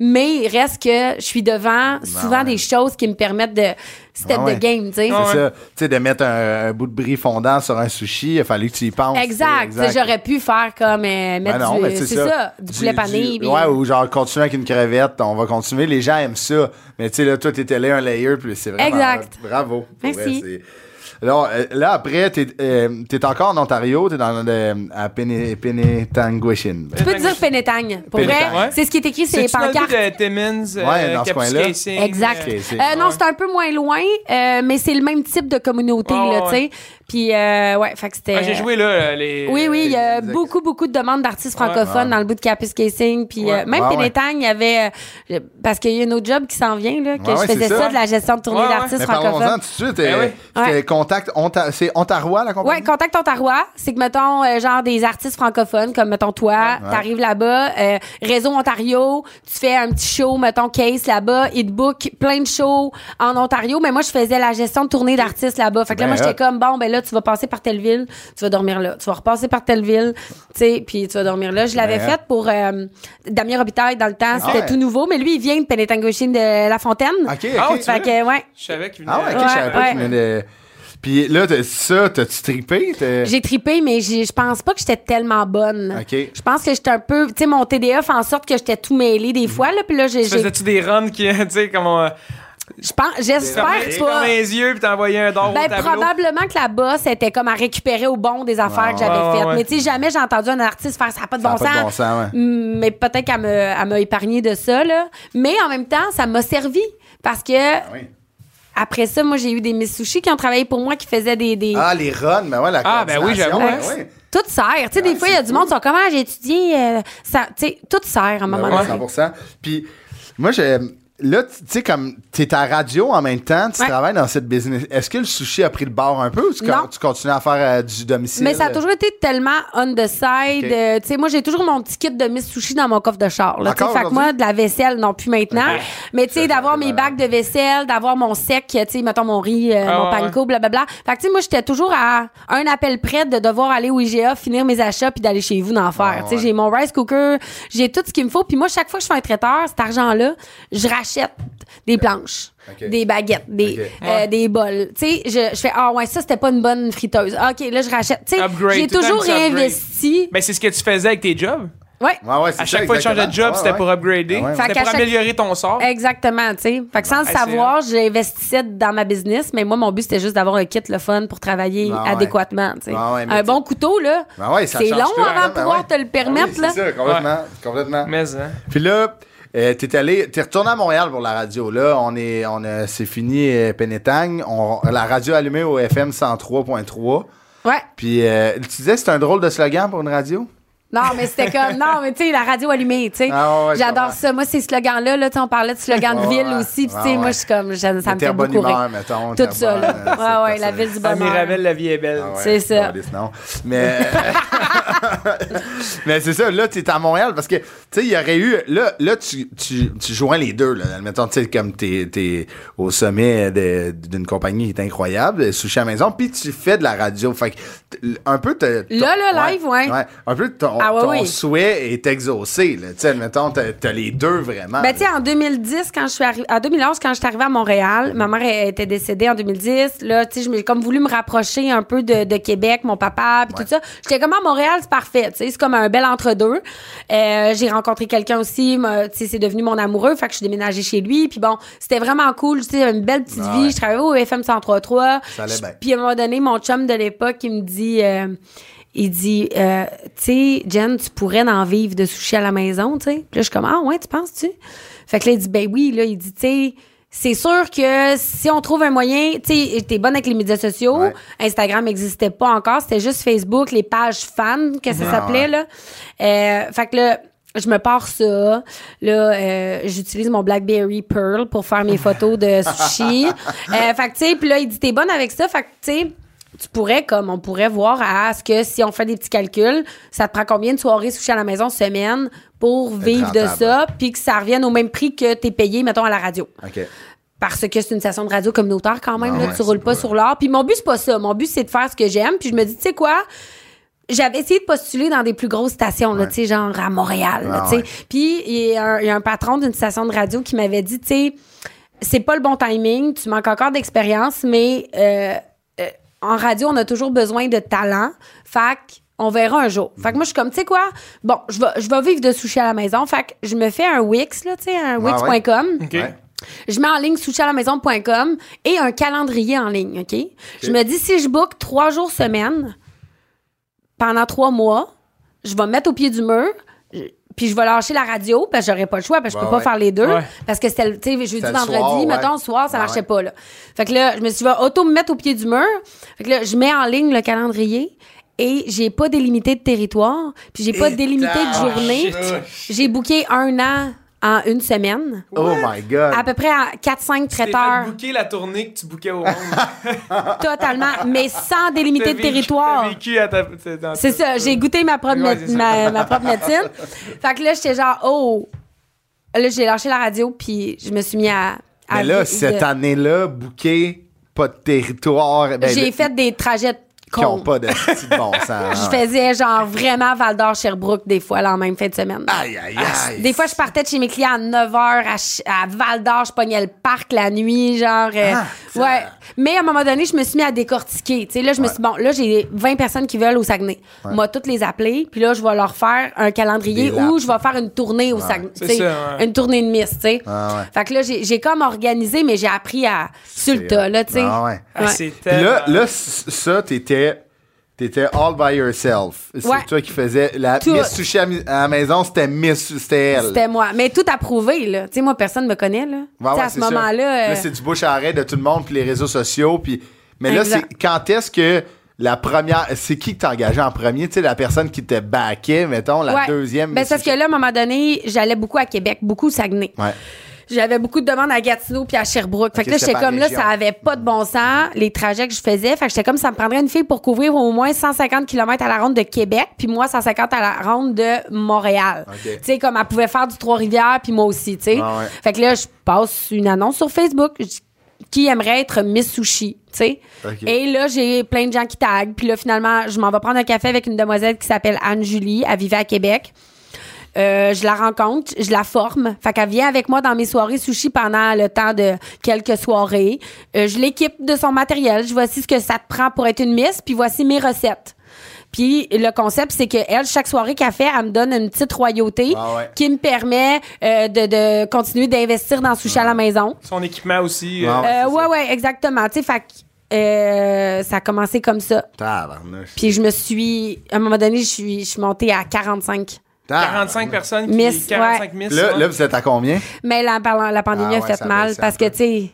mais il reste que je suis devant souvent Ben ouais. des choses qui me permettent de step Ah ouais. the game, tu sais. C'est Ah ouais. ça. Tu sais, de mettre un, un bout de brie fondant sur un sushi, il a fallu que tu y penses. Exact. tu Tu sais, sais, J'aurais pu faire comme euh, Ben mettre non, du- mais c'est ça. du poulet pané. puis- Ouais, ou genre continuer avec une crevette, on va continuer. Les gens aiment ça. Mais tu sais, là, toi, t'étais là un layer, puis c'est vraiment. Exact. Bravo. Pour vrai, Merci. c'est- Alors, euh, là, après, t'es euh, t'es encore en Ontario, t'es dans le, à Pene- Penetanguishene. Tu peux dire Pénétagne. Pour Pénétagne. vrai, Ouais. c'est ce qui est écrit sur les C'est-tu dans le bout pancartes. de Timmins, euh, Ouais, dans ce Capus coin-là. Casing, Exact. Ok, c'est- Euh, non, ouais. c'est un peu moins loin, euh, mais c'est le même type de communauté, Ouais, là, tu sais. ouais. Puis, euh, ouais, fait que c'était. Ah, J'ai joué là euh, les. Oui, oui, il y a Exact. beaucoup, beaucoup de demandes d'artistes francophones dans le bout de Capus Casing. Puis Ah. Ouais. euh, même Ouais, ouais. Pénétagne, il y avait. euh, parce qu'il y a une autre job qui s'en vient, là, que Ouais, ouais, je faisais c'est ça, ça. de la gestion de tournée Ouais, ouais. d'artistes Mais Ben, parlons-en francophones. tout de suite. Ben euh, oui. c'était Ouais. Contact, Onta- c'est Ontarois, la compagnie? Ouais, contact Ontarois, c'est que mettons euh, genre des artistes francophones comme mettons toi, t'arrives là-bas, euh, réseau Ontario, tu fais un petit show mettons case là-bas, ils te book plein de shows en Ontario, mais moi je faisais la gestion de tournée d'artistes là-bas. Fait que là Ben moi j'étais hot. comme bon ben là tu vas passer par telle ville, tu vas dormir là, tu vas repasser par telle ville, tu sais, puis tu vas dormir là. Je l'avais Ben hot. Ah fait pour euh, Damien Robitaille dans le temps, c'était ouais. tout nouveau, mais lui il vient de Penetanguishene de La Fontaine. OK, OK. Ah, Fait que ouais. Je savais qu'il venait. Ah ouais, ok, je savais pas Ouais, qu'il venait de- Puis là, t'as- ça, t'as-tu trippé? T'es- J'ai tripé, mais j'ai- je pense pas que j'étais tellement bonne. OK. Je pense que j'étais un peu. Tu sais, mon TDA fait en sorte que j'étais tout mêlé Mhm. des fois, là. Puis là, j'ai. Tu j'ai- faisais-tu des runs qui, (laughs) tu sais, comme on. je pense- J'espère Tu pas. fermais les yeux puis t'envoyais un don au Ben, tableau. probablement que la bosse était comme à récupérer au bon des affaires que j'avais Ouais, ouais, faites. ouais. Mais tu sais, jamais j'ai entendu un artiste faire ça n'a pas de Ça a bon pas de bon sens. sens, ouais. Mm, Mais peut-être qu'elle me- elle m'a épargné de ça, là. Mais en même temps, ça m'a servi. Parce que Ah Oui. après ça, moi, j'ai eu des Miss Sushi qui ont travaillé pour moi, qui faisaient des. des- Ah, les runs, mais ouais, la Ah, ben oui, j'avoue, coordination, hein. ben oui. Tout sert. Tu sais, des fois, il y a du monde qui sont comme, ah, j'ai étudié. euh, ça, tu sais, tout sert à un moment Ben ouais, donné. 100%. Puis moi, je- là, tu sais, comme t'es à radio en même temps, tu Ouais. travailles dans cette business. Est-ce que le sushi a pris le bord un peu ou tu, Non. con- tu continues à faire euh, du domicile? Mais ça a toujours été tellement on the side. Ok. euh, tu sais, moi, j'ai toujours mon petit kit de Miss Sushi dans mon coffre de char. Là, tu sais, Encore fait que moi, de la vaisselle, non plus maintenant. Ok. Mais tu Ça, sais, d'avoir c'est mes malade. bacs de vaisselle, d'avoir mon sec, tu sais, mettons mon riz, euh, Ah mon ouais. panko, blablabla. Fait que tu sais, moi, j'étais toujours à un appel près de devoir aller au IGA, finir mes achats, puis d'aller chez vous d'en faire. Ah tu sais, ouais. j'ai mon rice cooker, j'ai tout ce qu'il me faut. Puis moi, chaque fois que je fais un traiteur, cet argent-là, je rachète des planches. Ok. Des baguettes, des, Ok. euh, des bols. Tu sais, je, je fais, ah ouais, ça, c'était pas une bonne friteuse. Ah, OK, là, je rachète. Tu sais, Upgrade, j'ai tout le temps toujours du upgrade. réinvesti. Mais Ben, c'est ce que tu faisais avec tes jobs. Ouais. Ouais, ouais, c'est ça, À chaque fois que tu changeais de exactement. job, Ouais, c'était ouais. pour upgrader. Ah ouais, ouais. Fait C'était qu'à pour chaque- améliorer ton sort. Exactement, tu sais. Fait que sans le Ah, c'est savoir, j'investissais dans ma business, mais moi, mon but, c'était juste d'avoir un kit le fun pour travailler Ah ouais. adéquatement, tu sais. Ah ouais, mais un tu- bon couteau, là, Ben ouais, ça c'est change long tout, avant hein, de ben pouvoir ouais. te le permettre, Ah oui, là. C'est ça, complètement. complètement. Mais, hein. Puis là, euh, t'es allé, t'es retourné à Montréal pour la radio. Là, on est, on a- c'est fini euh, Pénétagne. On, la radio allumée au FM 103.3. Ouais. Puis euh, tu disais, c'est un drôle de slogan pour une radio? Non, mais c'était comme, non, mais tu sais, la radio allumée, tu sais. Ah ouais, je comprends. J'adore ça. Moi, ces slogans-là, là, tu sais, on parlait de slogans de Ouais, ville ouais. aussi, puis Ouais, tu sais, ouais. moi, je suis comme, je- ça me T'es fait en bonne beaucoup humeur, rire. mettons. t'es Tout en ça, bonne, là. euh, Ah ouais, cette la personne. ville du À bonheur. Mirabel, la vie est belle. Ah ouais, C'est ça. câlisse, non. (laughs) Mais, mais c'est ça, là, tu es à Montréal parce que, tu sais, il y aurait eu. Là, là tu, tu, tu joins les deux, là. Admettons, tu sais, comme tu es, au sommet de- d'une compagnie qui est incroyable, euh, Sushi à la maison, puis tu fais de la radio. Fait que, t- un peu. te- ton- Là, là, live, ouais. Un peu, ton, Ah ouais, ton oui. souhait est exaucé, là. Tu sais, admettons, t'as as les deux vraiment. Ben, tu sais, là. en 2010, quand je suis arrivée, en 2011, quand je suis arrivée à Montréal, ma mère elle était décédée en 2010. Là, tu sais, je m'ai comme voulu me rapprocher un peu de, de Québec, mon papa, puis Ouais. tout ça. J'étais comme à Montréal, c'est parfait. Tu sais, c'est comme un bel entre-deux. Euh, j'ai rencontré quelqu'un aussi, me- tu sais, c'est devenu mon amoureux, fait que je suis déménagée chez lui. Puis bon, c'était vraiment cool, tu sais, une belle petite Ah vie. ouais. Je travaillais au FM 103.3. Ça allait bien. Puis à un moment donné, mon chum de l'époque, il me dit, euh, il dit, euh, tu sais, Jen, tu pourrais en vivre de sushi à la maison, tu sais. Puis là, je suis comme, ah ouais, tu penses, tu? Fait que là, il dit, ben oui, là, il dit, tu sais, c'est sûr que si on trouve un moyen, tu sais, t'es bonne avec les médias sociaux, Ouais. Instagram n'existait pas encore, c'était juste Facebook, les pages fans, que ça Ah ouais. s'appelait, là. Euh, fait que là, je me pars ça. Là, euh, j'utilise mon BlackBerry Pearl pour faire mes photos de sushi. Euh, fait que, tu sais, puis là, il dit, t'es bonne avec ça. Fait que, tu sais, tu pourrais, comme, on pourrait voir à ce que si on fait des petits calculs, ça te prend combien de soirées sushi à la maison, semaine, pour vivre de rentable. ça, puis que ça revienne au même prix que t'es payé, mettons, à la radio OK. parce que c'est une station de radio communautaire quand même Ah là, ouais, tu roules c'est pas pas- sur l'or puis mon but c'est pas ça mon but c'est de faire ce que j'aime puis je me dis tu sais quoi j'avais essayé de postuler dans des plus grosses stations là, tu sais genre à Montréal là, Ah tu sais ouais. puis il y, a un- il y a un patron d'une station de radio qui m'avait dit tu sais c'est pas le bon timing tu manques encore d'expérience mais euh, euh, en radio on a toujours besoin de talent fac on verra un jour. Fait que moi, je suis comme, tu sais quoi? Bon, je vais, je vais vivre de sushi à la maison. Fait que je me fais un Wix, là, tu sais, un Ah ouais. Wix.com. OK. Ouais. Je mets en ligne sushialamaison.com et un calendrier en ligne, OK? Je me dis, si je book trois jours semaine pendant trois mois, je vais me mettre au pied du mur, je- puis je vais lâcher la radio, parce que j'aurais pas le choix, parce que je Ouais, peux ouais. pas faire les deux, Ouais. parce que c'était, le- tu sais, jeudi, C'était le vendredi, soir, ouais. mettons, le soir, ça Ouais, marchait ouais. pas, là. Fait que là, je me suis dit, je vais auto me mettre au pied du mur. Fait que là, je mets en ligne le calendrier et j'ai pas délimité de territoire, puis j'ai pas Et délimité de ta- journée. J'ai booké un an en une semaine Oh my God. à peu près à 4-5 T'es fait traiteurs booker la tournée que tu bookais (laughs) au monde. totalement, mais sans T'as délimiter de vécu- territoire. t'as vécu à ta- t'es dans- C'est ça, j'ai goûté ma propre, Ouais, mé- c'est ça. ma, ma propre médecine. Fait que là, j'étais genre, oh. Là, j'ai lâché la radio, puis je me suis mis à. à Mais là, vivre cette de- année-là, bouquet, pas de territoire. ben, J'ai le- fait des trajets de qui ont cons. pas de (laughs) petit bon sens. Je hein. faisais genre vraiment Val d'Or, Sherbrooke, des fois, là, en même fin de semaine. Aïe, aïe, aïe. Ah, Des fois, je partais de chez mes clients à 9 h à, Ch- à Val d'Or, je pognais le parc la nuit, genre. euh, Ah, ça. ouais. Mais à un moment donné, je me suis mis à décortiquer. Tu sais, là, je me suis dit, bon, là, j'ai 20 personnes qui veulent au Saguenay. Moi, toutes les appeler, puis là, je vais leur faire un calendrier Des laps. où je vais faire une tournée au Saguenay. C'est tu sais, ça, ouais. Une tournée de miss, tu sais. Ah, ouais. Fait que là, j'ai j'ai comme organisé, mais j'ai appris à. sur le tas, là, tu sais. Ah, ouais. Ah, Ouais. c'est Puis là, tellement- là, c- ça, t'étais. T'étais all by yourself. C'est Ouais. toi qui faisais la Tout. Miss Sushi à, mi- à la maison, c'était Miss c'était elle. C'était moi. Mais tout approuvé, là. Tu sais, moi, personne me connaît, là. Ouais, Tu sais, ouais, à ce c'est ça. moment-là. euh, Là, c'est du bouche à oreille de tout le monde puis les réseaux sociaux puis mais là Exact. c'est quand est-ce que la première c'est qui que t'as engagé en premier, tu sais la personne qui te baquait mettons la ouais. deuxième Ben, Miss c'est parce que Sushi- là, à un moment donné, j'allais beaucoup à Québec, beaucoup au Saguenay. Ouais. J'avais beaucoup de demandes à Gatineau puis à Sherbrooke. Fait Ok, que là, c'était j'étais par comme là, région. ça avait pas de bon sens, les trajets que je faisais. Fait que j'étais comme, ça me prendrait une fille pour couvrir au moins 150 km à la ronde de Québec, puis moi, 150 à la ronde de Montréal. Ok. Tu sais, comme elle pouvait faire du Trois-Rivières, puis moi aussi, tu sais. Ah ouais. Fait que là, je passe une annonce sur Facebook. Je dis, qui aimerait être Miss Sushi, tu sais? Ok. Et là, j'ai plein de gens qui taguent. Puis là, finalement, je m'en vais prendre un café avec une demoiselle qui s'appelle Anne-Julie. Elle vivait à Québec. Euh, je la rencontre, je la forme. Fait qu'elle vient avec moi dans mes soirées sushi pendant le temps de quelques soirées. Euh, je l'équipe de son matériel. Je voici ce que ça te prend pour être une miss, puis voici mes recettes. Puis le concept, c'est que elle, chaque soirée qu'elle fait, elle me donne une petite royauté Ah ouais. qui me permet euh, de, de continuer d'investir dans sushi à la maison. Son équipement aussi. Ah euh, ouais, Euh, c'est ouais, ça. ouais, exactement. Tu sais, fait que, euh, ça a commencé comme ça. Tabarnouche. Puis je me suis, à un moment donné, je suis, je suis montée à 45. Tabarnouche. 45 personnes qui... Ah. Miss, 45 miss, Là, ouais. là, vous êtes à combien? Mais la, par- la pandémie Ah a ouais, fait ça mal baisse un parce que, peu. Ah tu sais,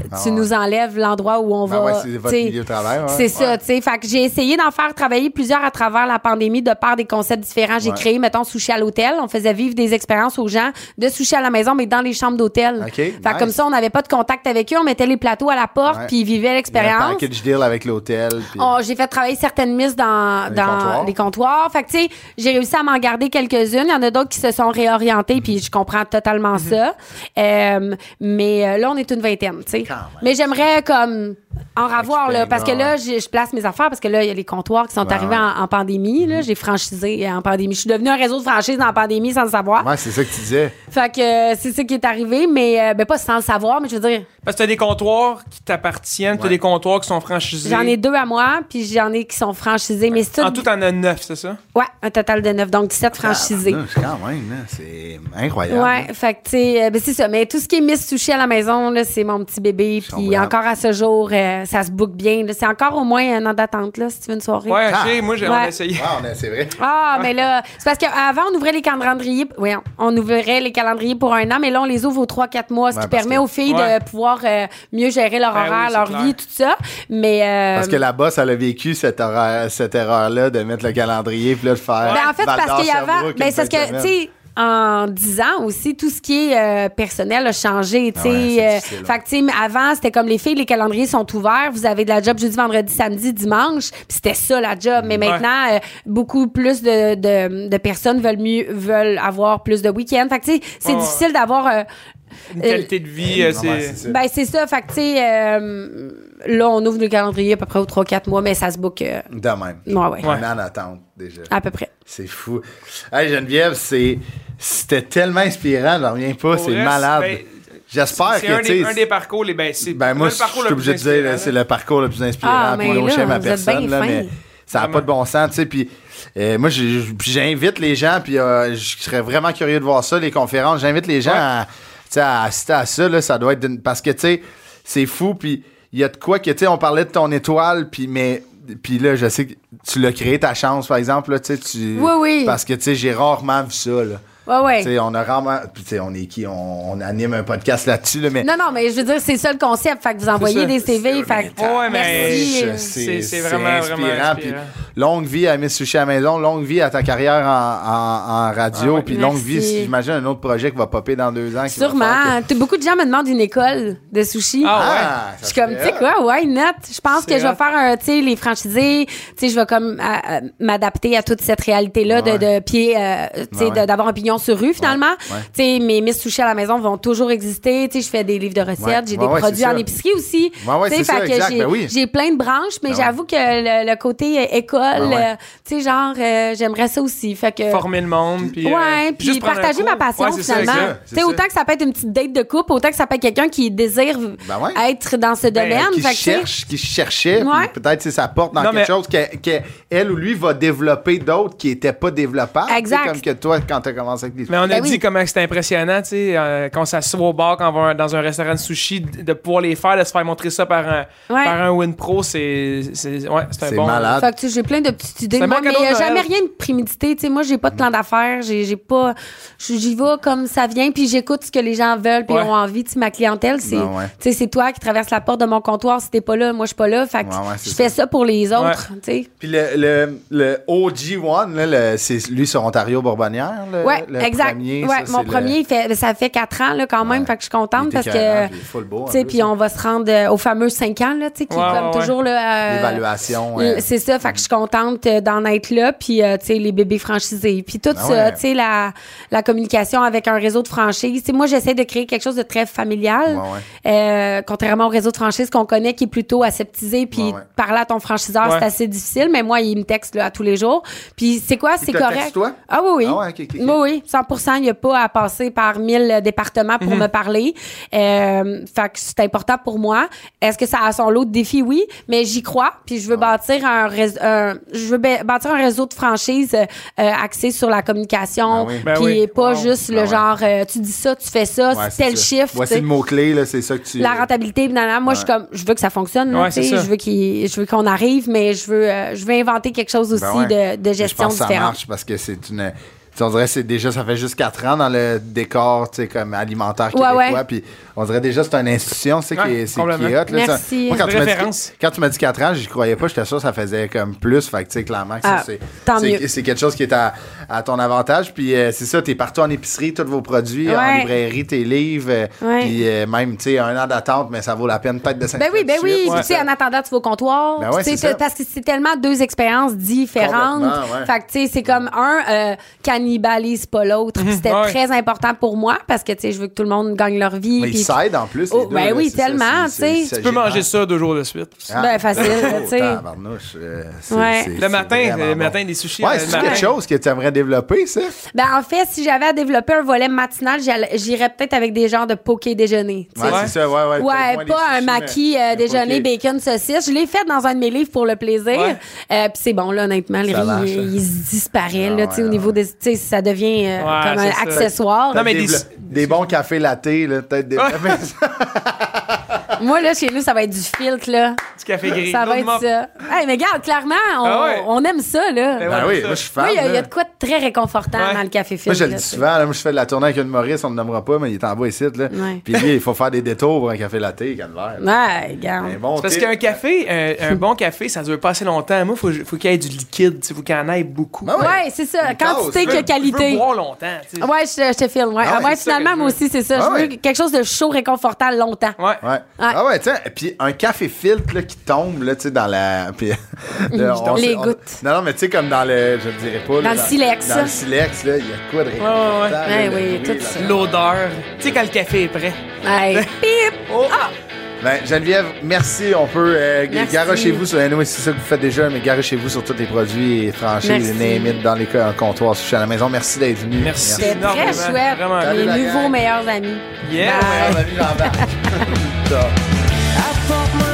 tu ouais. nous enlèves l'endroit où on Ben va. ouais, c'est votre tu sais. milieu de travail. hein. ouais. C'est ça, tu sais. Fait que j'ai essayé d'en faire travailler plusieurs à travers la pandémie de par des concepts différents. J'ai Ouais. créé, mettons, sushi à l'hôtel. On faisait vivre des expériences aux gens de sushi à la maison, mais dans les chambres d'hôtel. OK, Fait que nice. comme ça, on n'avait pas de contact avec eux. On mettait les plateaux à la porte, Ouais. puis ils vivaient Il y a Un l'expérience. package deal avec l'hôtel. puis- Oh, j'ai fait travailler certaines misses dans, les dans comptoirs. les comptoirs. Fait que, tu sais, j'ai réussi à m'en garder quelques-unes. Il y en a d'autres qui se sont réorientées, puis je comprends totalement Mhm. ça. Euh, mais euh, là, on est une vingtaine, tu sais. Quand même. Mais j'aimerais, comme, en ravoir, là, peigne, parce que ouais. là, j'ai- je place mes affaires, parce que là, il y a les comptoirs qui sont Ouais, Mhm. arrivés en, en pandémie. Là, j'ai franchisé euh, en pandémie. Je suis devenue un réseau de franchise en pandémie sans le savoir. Ouais, c'est ça que tu disais. Fait que euh, c'est ça qui est arrivé, mais euh, ben, pas sans le savoir, mais je veux dire, Parce que t'as des comptoirs qui t'appartiennent, t'as Ouais. des comptoirs qui sont franchisés. j'en ai deux à moi, puis j'en ai qui sont franchisés. Mais c'est En tout- tout, t'en as neuf, c'est ça? Ouais, un total de 9, donc 17 franchisés. Tabarnouche, quand même, Ah, là, c'est incroyable. Ouais, fait que, tu sais, euh, ben, c'est ça. Mais tout ce qui est Miss Sushi à la maison, là, c'est mon petit bébé. Je Puis comprends. encore à ce jour, euh, ça se book bien. là. C'est encore au moins un an d'attente, là, si tu veux une soirée. Ouais, Ah. j'ai- moi, j'ai on Ouais. a essayé. Ouais, on a- c'est vrai. Ah, mais là, c'est parce qu'avant, on ouvrait les calendriers. Oui, on ouvrait les calendriers pour un an, mais là, on les ouvre aux 3-4 mois, ce Ouais, qui parce permet que- aux filles Ouais. de pouvoir euh, mieux gérer leur Ben oui, horaire, c'est leur clair. vie, tout ça. Mais. euh, Parce que la bosse, elle a vécu cette, horreur- cette erreur-là de mettre le calendrier puis là de faire. Ben, en fait, Val-d'Or, parce qu'il y avait. Sherbrooke, Ben, une c'est parce fin de que, tu semaine. sais, en 10 ans aussi, tout ce qui est euh, personnel a changé. tu sais. Ah ouais, c'est Euh, difficile, fait que, tu sais, mais avant, c'était comme les filles, les calendriers sont ouverts. Vous avez de la job jeudi, vendredi, samedi, dimanche. Puis c'était ça, la job. Mais maintenant, euh, beaucoup plus de, de, de personnes veulent, mieux, veulent avoir plus de week-ends. Fait que, tu sais, c'est Ouais. difficile d'avoir. euh, Une euh, qualité de vie, euh, Non, ben, c'est... c'est ça. ben, c'est ça. Fait que, tu sais, euh, là, on ouvre le calendrier à peu près aux 3-4 mois, mais ça se book. euh, De même. ouais, ouais, Un an d'attente, déjà. À peu près. C'est fou. Hey, Geneviève, c'est... c'était tellement inspirant, j'en reviens pas, Pour c'est reste, malade. ben, J'espère C'est un, que, des- tu un sais, des parcours, les ben, c'est Ben moi, le je parcours je suis le plus obligé de dire, là, inspirant, c'est là. le parcours le plus inspirant. Ah, puis mais l'eau là, chien, ma vous êtes personne, bien là, fin. mais ça n'a pas Vraiment. de bon sens, tu sais. Puis euh, moi, j'ai- puis j'invite les gens, puis euh, je serais vraiment curieux de voir ça, les conférences. J'invite les gens Ouais. à, tu sais, à assister à ça, là, ça doit être d'une- parce que, tu sais, c'est fou, puis il y a de quoi que, tu sais, on parlait de ton étoile, puis mais... Puis là, je sais que tu l'as créé ta chance, par exemple, là, tu sais, tu... Oui, oui. Parce que, tu sais, j'ai rarement vu ça, là. Ouais, ouais. Tu sais, on a rarement... Puis, tu sais, on est qui? On, on anime un podcast là-dessus, là, mais... Non, non, mais je veux dire, c'est ça le concept. Fait que vous envoyez ça. des CV. Fait que, Ouais, mais- merci. Je- euh, C'est c'est c'est vraiment, inspirant. vraiment inspirant. Puis longue vie à Miss Sushi à la maison, longue vie à ta carrière en, en- en radio, Ah ouais. puis longue Merci. vie, si- j'imagine, un autre projet qui va popper dans deux ans. qui va faire Sûrement. que- T'as- Beaucoup de gens me demandent une école de sushi. Ah, ouais. Ah, Je ça suis comme, tu serait sais quoi, why not? Je pense C'est que je vais hot. faire un, tu sais, les franchisés, tu sais, je vais comme à- à m'adapter à toute cette réalité-là de, de pied, euh, tu sais, Ouais, ouais. de- d'avoir un pignon sur rue finalement. ouais. Tu sais, mes Miss Sushi à la maison vont toujours exister. Tu sais, je fais des livres de recettes, Ouais, j'ai ouais, des ouais, produits c'est en ça. épicerie aussi. Ouais, ouais, Tu sais, c'est ça, fait que exact, j'ai ben oui. j'ai plein de branches, mais Ben ouais. j'avoue que le, le côté euh, école, Ben ouais. euh, tu sais, genre, euh, j'aimerais ça aussi. Fait que. Former le monde, puis... euh, Ouais, puis juste prendre un partager cours. ma passion Ouais, c'est ça, finalement. exact. c'est Tu sais, ça. autant que ça peut être une petite date de couple, autant que ça peut être quelqu'un qui désire Ben ouais. être dans ce Ben, domaine. Qui Fait que, tu sais, cherche, qui cherchait, puis Ouais. peut-être c'est sa porte dans Non, quelque mais- chose qu'elle que elle ou lui va développer d'autres qui n'étaient pas développables. Exact. tu sais, Comme que toi, quand t'as commencé avec les Mais on a Ben dit oui. comment c'était impressionnant, tu sais, euh, quand ça se au bar, quand on va dans un restaurant de sushi, de de pouvoir les faire, de se faire montrer ça par un, Ouais. par un WinPro, c'est c'est- ouais, c'est un C'est bon... malade. Fait que, tu sais, j'ai plein de petites idées. C'est de un bon même, mais cadeau il n'y de a jamais Noël. rien de primidité. Tu sais, moi, j'ai pas de plan d'affaires. J'ai j'ai pas. J'y vais comme ça vient, puis j'écoute ce que les gens veulent, puis Ouais. ont envie. Tu sais, ma clientèle, c'est Ben ouais. tu sais, c'est toi qui traverse la porte de mon comptoir. Si t'es pas là, moi, je suis pas là. Fait que Ouais, ouais, c'est je fais ça pour les autres. tu sais. Puis le, le, le OG One, là, le- c'est lui sur Ontario Bourbonnière. Le, Ouais, Euh, le le exact. premier. ouais, ça, mon c'est le- premier, il fait, ça fait quatre ans là, quand même, Ouais. fait que je suis il contente était parce que. écœurant, puis il est full beau, en Tu sais, plus, puis hein. on va se rendre euh, aux fameux cinq ans, là, tu sais, qui Ouais, est comme ouais, toujours le. euh, L'évaluation. le- euh, C'est ça, fait que je suis contente euh, d'en être là, puis euh, tu sais, les bébés franchisés, puis tout Ah ça, ouais. tu sais, la, la communication avec un réseau de franchise. Tu sais, moi, j'essaie de créer quelque chose de très familial, Ouais, ouais. Euh, contrairement au réseau de franchise qu'on connaît, qui est plutôt aseptisé, puis Ben Ouais, ouais. parler à ton franchiseur, Ouais. c'est assez difficile, mais moi, il me texte là, à tous les jours. Puis c'est quoi, c'est te correct. texte, toi? Ah oui, oui. Ah ouais, ok, ok, ok. Oui, oui, 100 Il n'y a pas à passer par 1000 départements Mhm. pour me parler. Euh, fait que c'est important pour moi. Est-ce que ça a son lot de défis? Oui, mais j'y crois. Puis je veux Ah. bâtir un, réseau, je veux bê- bâtir un réseau de franchises euh, euh, axé sur la communication. Ben oui. Ben Puis oui. pas Wow. juste Ben le ouais. genre, euh, tu dis ça, tu fais ça, ouais, c'est c'est tel ça. chiffre. tu Voici sais le mot-clé, là, c'est ça que tu. la rentabilité nanana, moi Ouais. je suis comme je veux que ça fonctionne là, Ouais, tu sais, c'est ça. je veux qu'il je veux qu'on arrive mais je veux euh, je veux inventer quelque chose aussi Ben ouais. de, de Je gestion pense que ça différente marche parce que c'est une. tu sais, on dirait que c'est déjà, ça fait juste 4 ans dans le décor tu sais, comme alimentaire Ouais, québécois. ouais. Puis on dirait déjà que c'est une institution tu sais, qui est, Ouais, c'est- qui complètement. est hot. là. Merci. Ça- Moi, quand tu, m'as dit, Référence. quand tu m'as dit 4 ans, j'y croyais pas. J'étais sûr que ça faisait comme plus. Fait que, tu sais, clairement, que Ah, ça, c'est, tant c'est, mieux. c'est quelque chose qui est à, à ton avantage. Puis euh, c'est ça, tu es partout en épicerie, tous vos produits, en Ouais. librairie, tes livres. euh, Ouais. Puis euh, même, tu sais, un an d'attente, mais ça vaut la peine peut-être de ben oui, ben s'inscrire tout de oui. suite. Puis, Tu sais, en attendant, tu vas au comptoir. Ben ouais, Tu sais, c'est t'as- ça. parce que c'est tellement deux expériences différentes. Complètement, ouais. Fait que, tu sais, c'est comme un euh, cannibalise pas l'autre. Puis C'était Mhm. ouais. très important pour moi parce que, tu sais, je veux que tout le monde gagne leur vie. Mais puis- ils s'aident en plus. les Oh, deux, ben là, oui, c'est ça, tellement, c'est- c'est- tu sais. c'est Tu peux manger ça deux jours de suite. Ah. Ben, facile, tu sais. tabarnouche, euh, c'est- Ouais. c'est- Le c'est matin, euh, vraiment le bon. matin des sushis. Ouais, le c'est matin. quelque chose que tu aimerais développer, ça? Ben, en fait, si j'avais à développer un volet matinal, j'allais- j'irais peut-être avec des genres de poké déjeuner. tu sais. Ouais, c'est ça, ouais, ouais. Ouais, peut-être moins pas les un sushis, maquis mais- euh, mais déjeuner, ok. bacon, saucisse. Je l'ai fait dans un de mes livres pour le plaisir. Ouais. Euh, Puis c'est bon, là, honnêtement, le Ça riz, marche, il, hein. il se disparaît, Ah là, tu sais, ouais, au ouais, niveau ouais. des. Tu sais, ça devient euh, Ouais, comme c'est un ça. accessoire. Non, mais des- Dévelop- des bons cafés lattés, là, peut-être (laughs) des. Ben Moi, là, chez nous, ça va être du filtre, là. Du café gris. Ça va Non, être ça. Hey, mais regarde, clairement, on, Ah ouais. on aime ça, là. Ben Ben oui, moi, je suis fan. Moi, il y, a- il y a là. de quoi de très réconfortant Ouais. dans le café filtre. Moi, je le là, dis tu sais. souvent, là, moi, je fais de la tournée avec une Maurice, on ne le nommera pas, mais il est en bas ici, là. Ouais. Puis lui, il faut faire des détours pour un café latté, calvaire. là. Ouais, regarde. Mais bon, C'est Parce t'es- qu'un café, un, un bon café, ça dure pas assez longtemps. Moi, faut, faut qu'il y ait du liquide, il faut qu'il y en ait beaucoup. Ben ouais. Ouais, c'est ça. Une tasse, Quantité là. que Je veux qualité. Ah boire longtemps. tu sais. Ouais, je, je te filme. Ouais. Ah Ah ouais, ouais, c'est ça que finalement, je moi veux. aussi, c'est ça. Ah je veux ouais. quelque chose de chaud, réconfortant longtemps. Ouais. Ouais. Ah ouais, tiens, puis un café filtre là, qui tombe là, tu sais dans la (laughs) puis (laughs) là, Les gouttes. Non non, mais tu sais comme dans le je le dirais pas là, Dans le silex. Dans le silex là, il y a de quoi de réconfortant, là, Ouais, le oui, bruit, tout là. ça. L'odeur. Tu sais, quand le café est prêt. Ah! Hey. Pip! Ah. Ben, Geneviève, merci. On peut euh, g- Merci. garer chez vous sur anyway, c'est ça que vous faites déjà, mais garer chez vous sur tous les produits et franchises, Merci. name it, dans les co- comptoirs, sushi à la maison. Merci d'être venu. Merci. C'était énormément. très chouette. Vraiment. Salut, la Mes nouveaux gang. meilleurs amis. Yeah. (laughs) Merci. Ciao. I thought my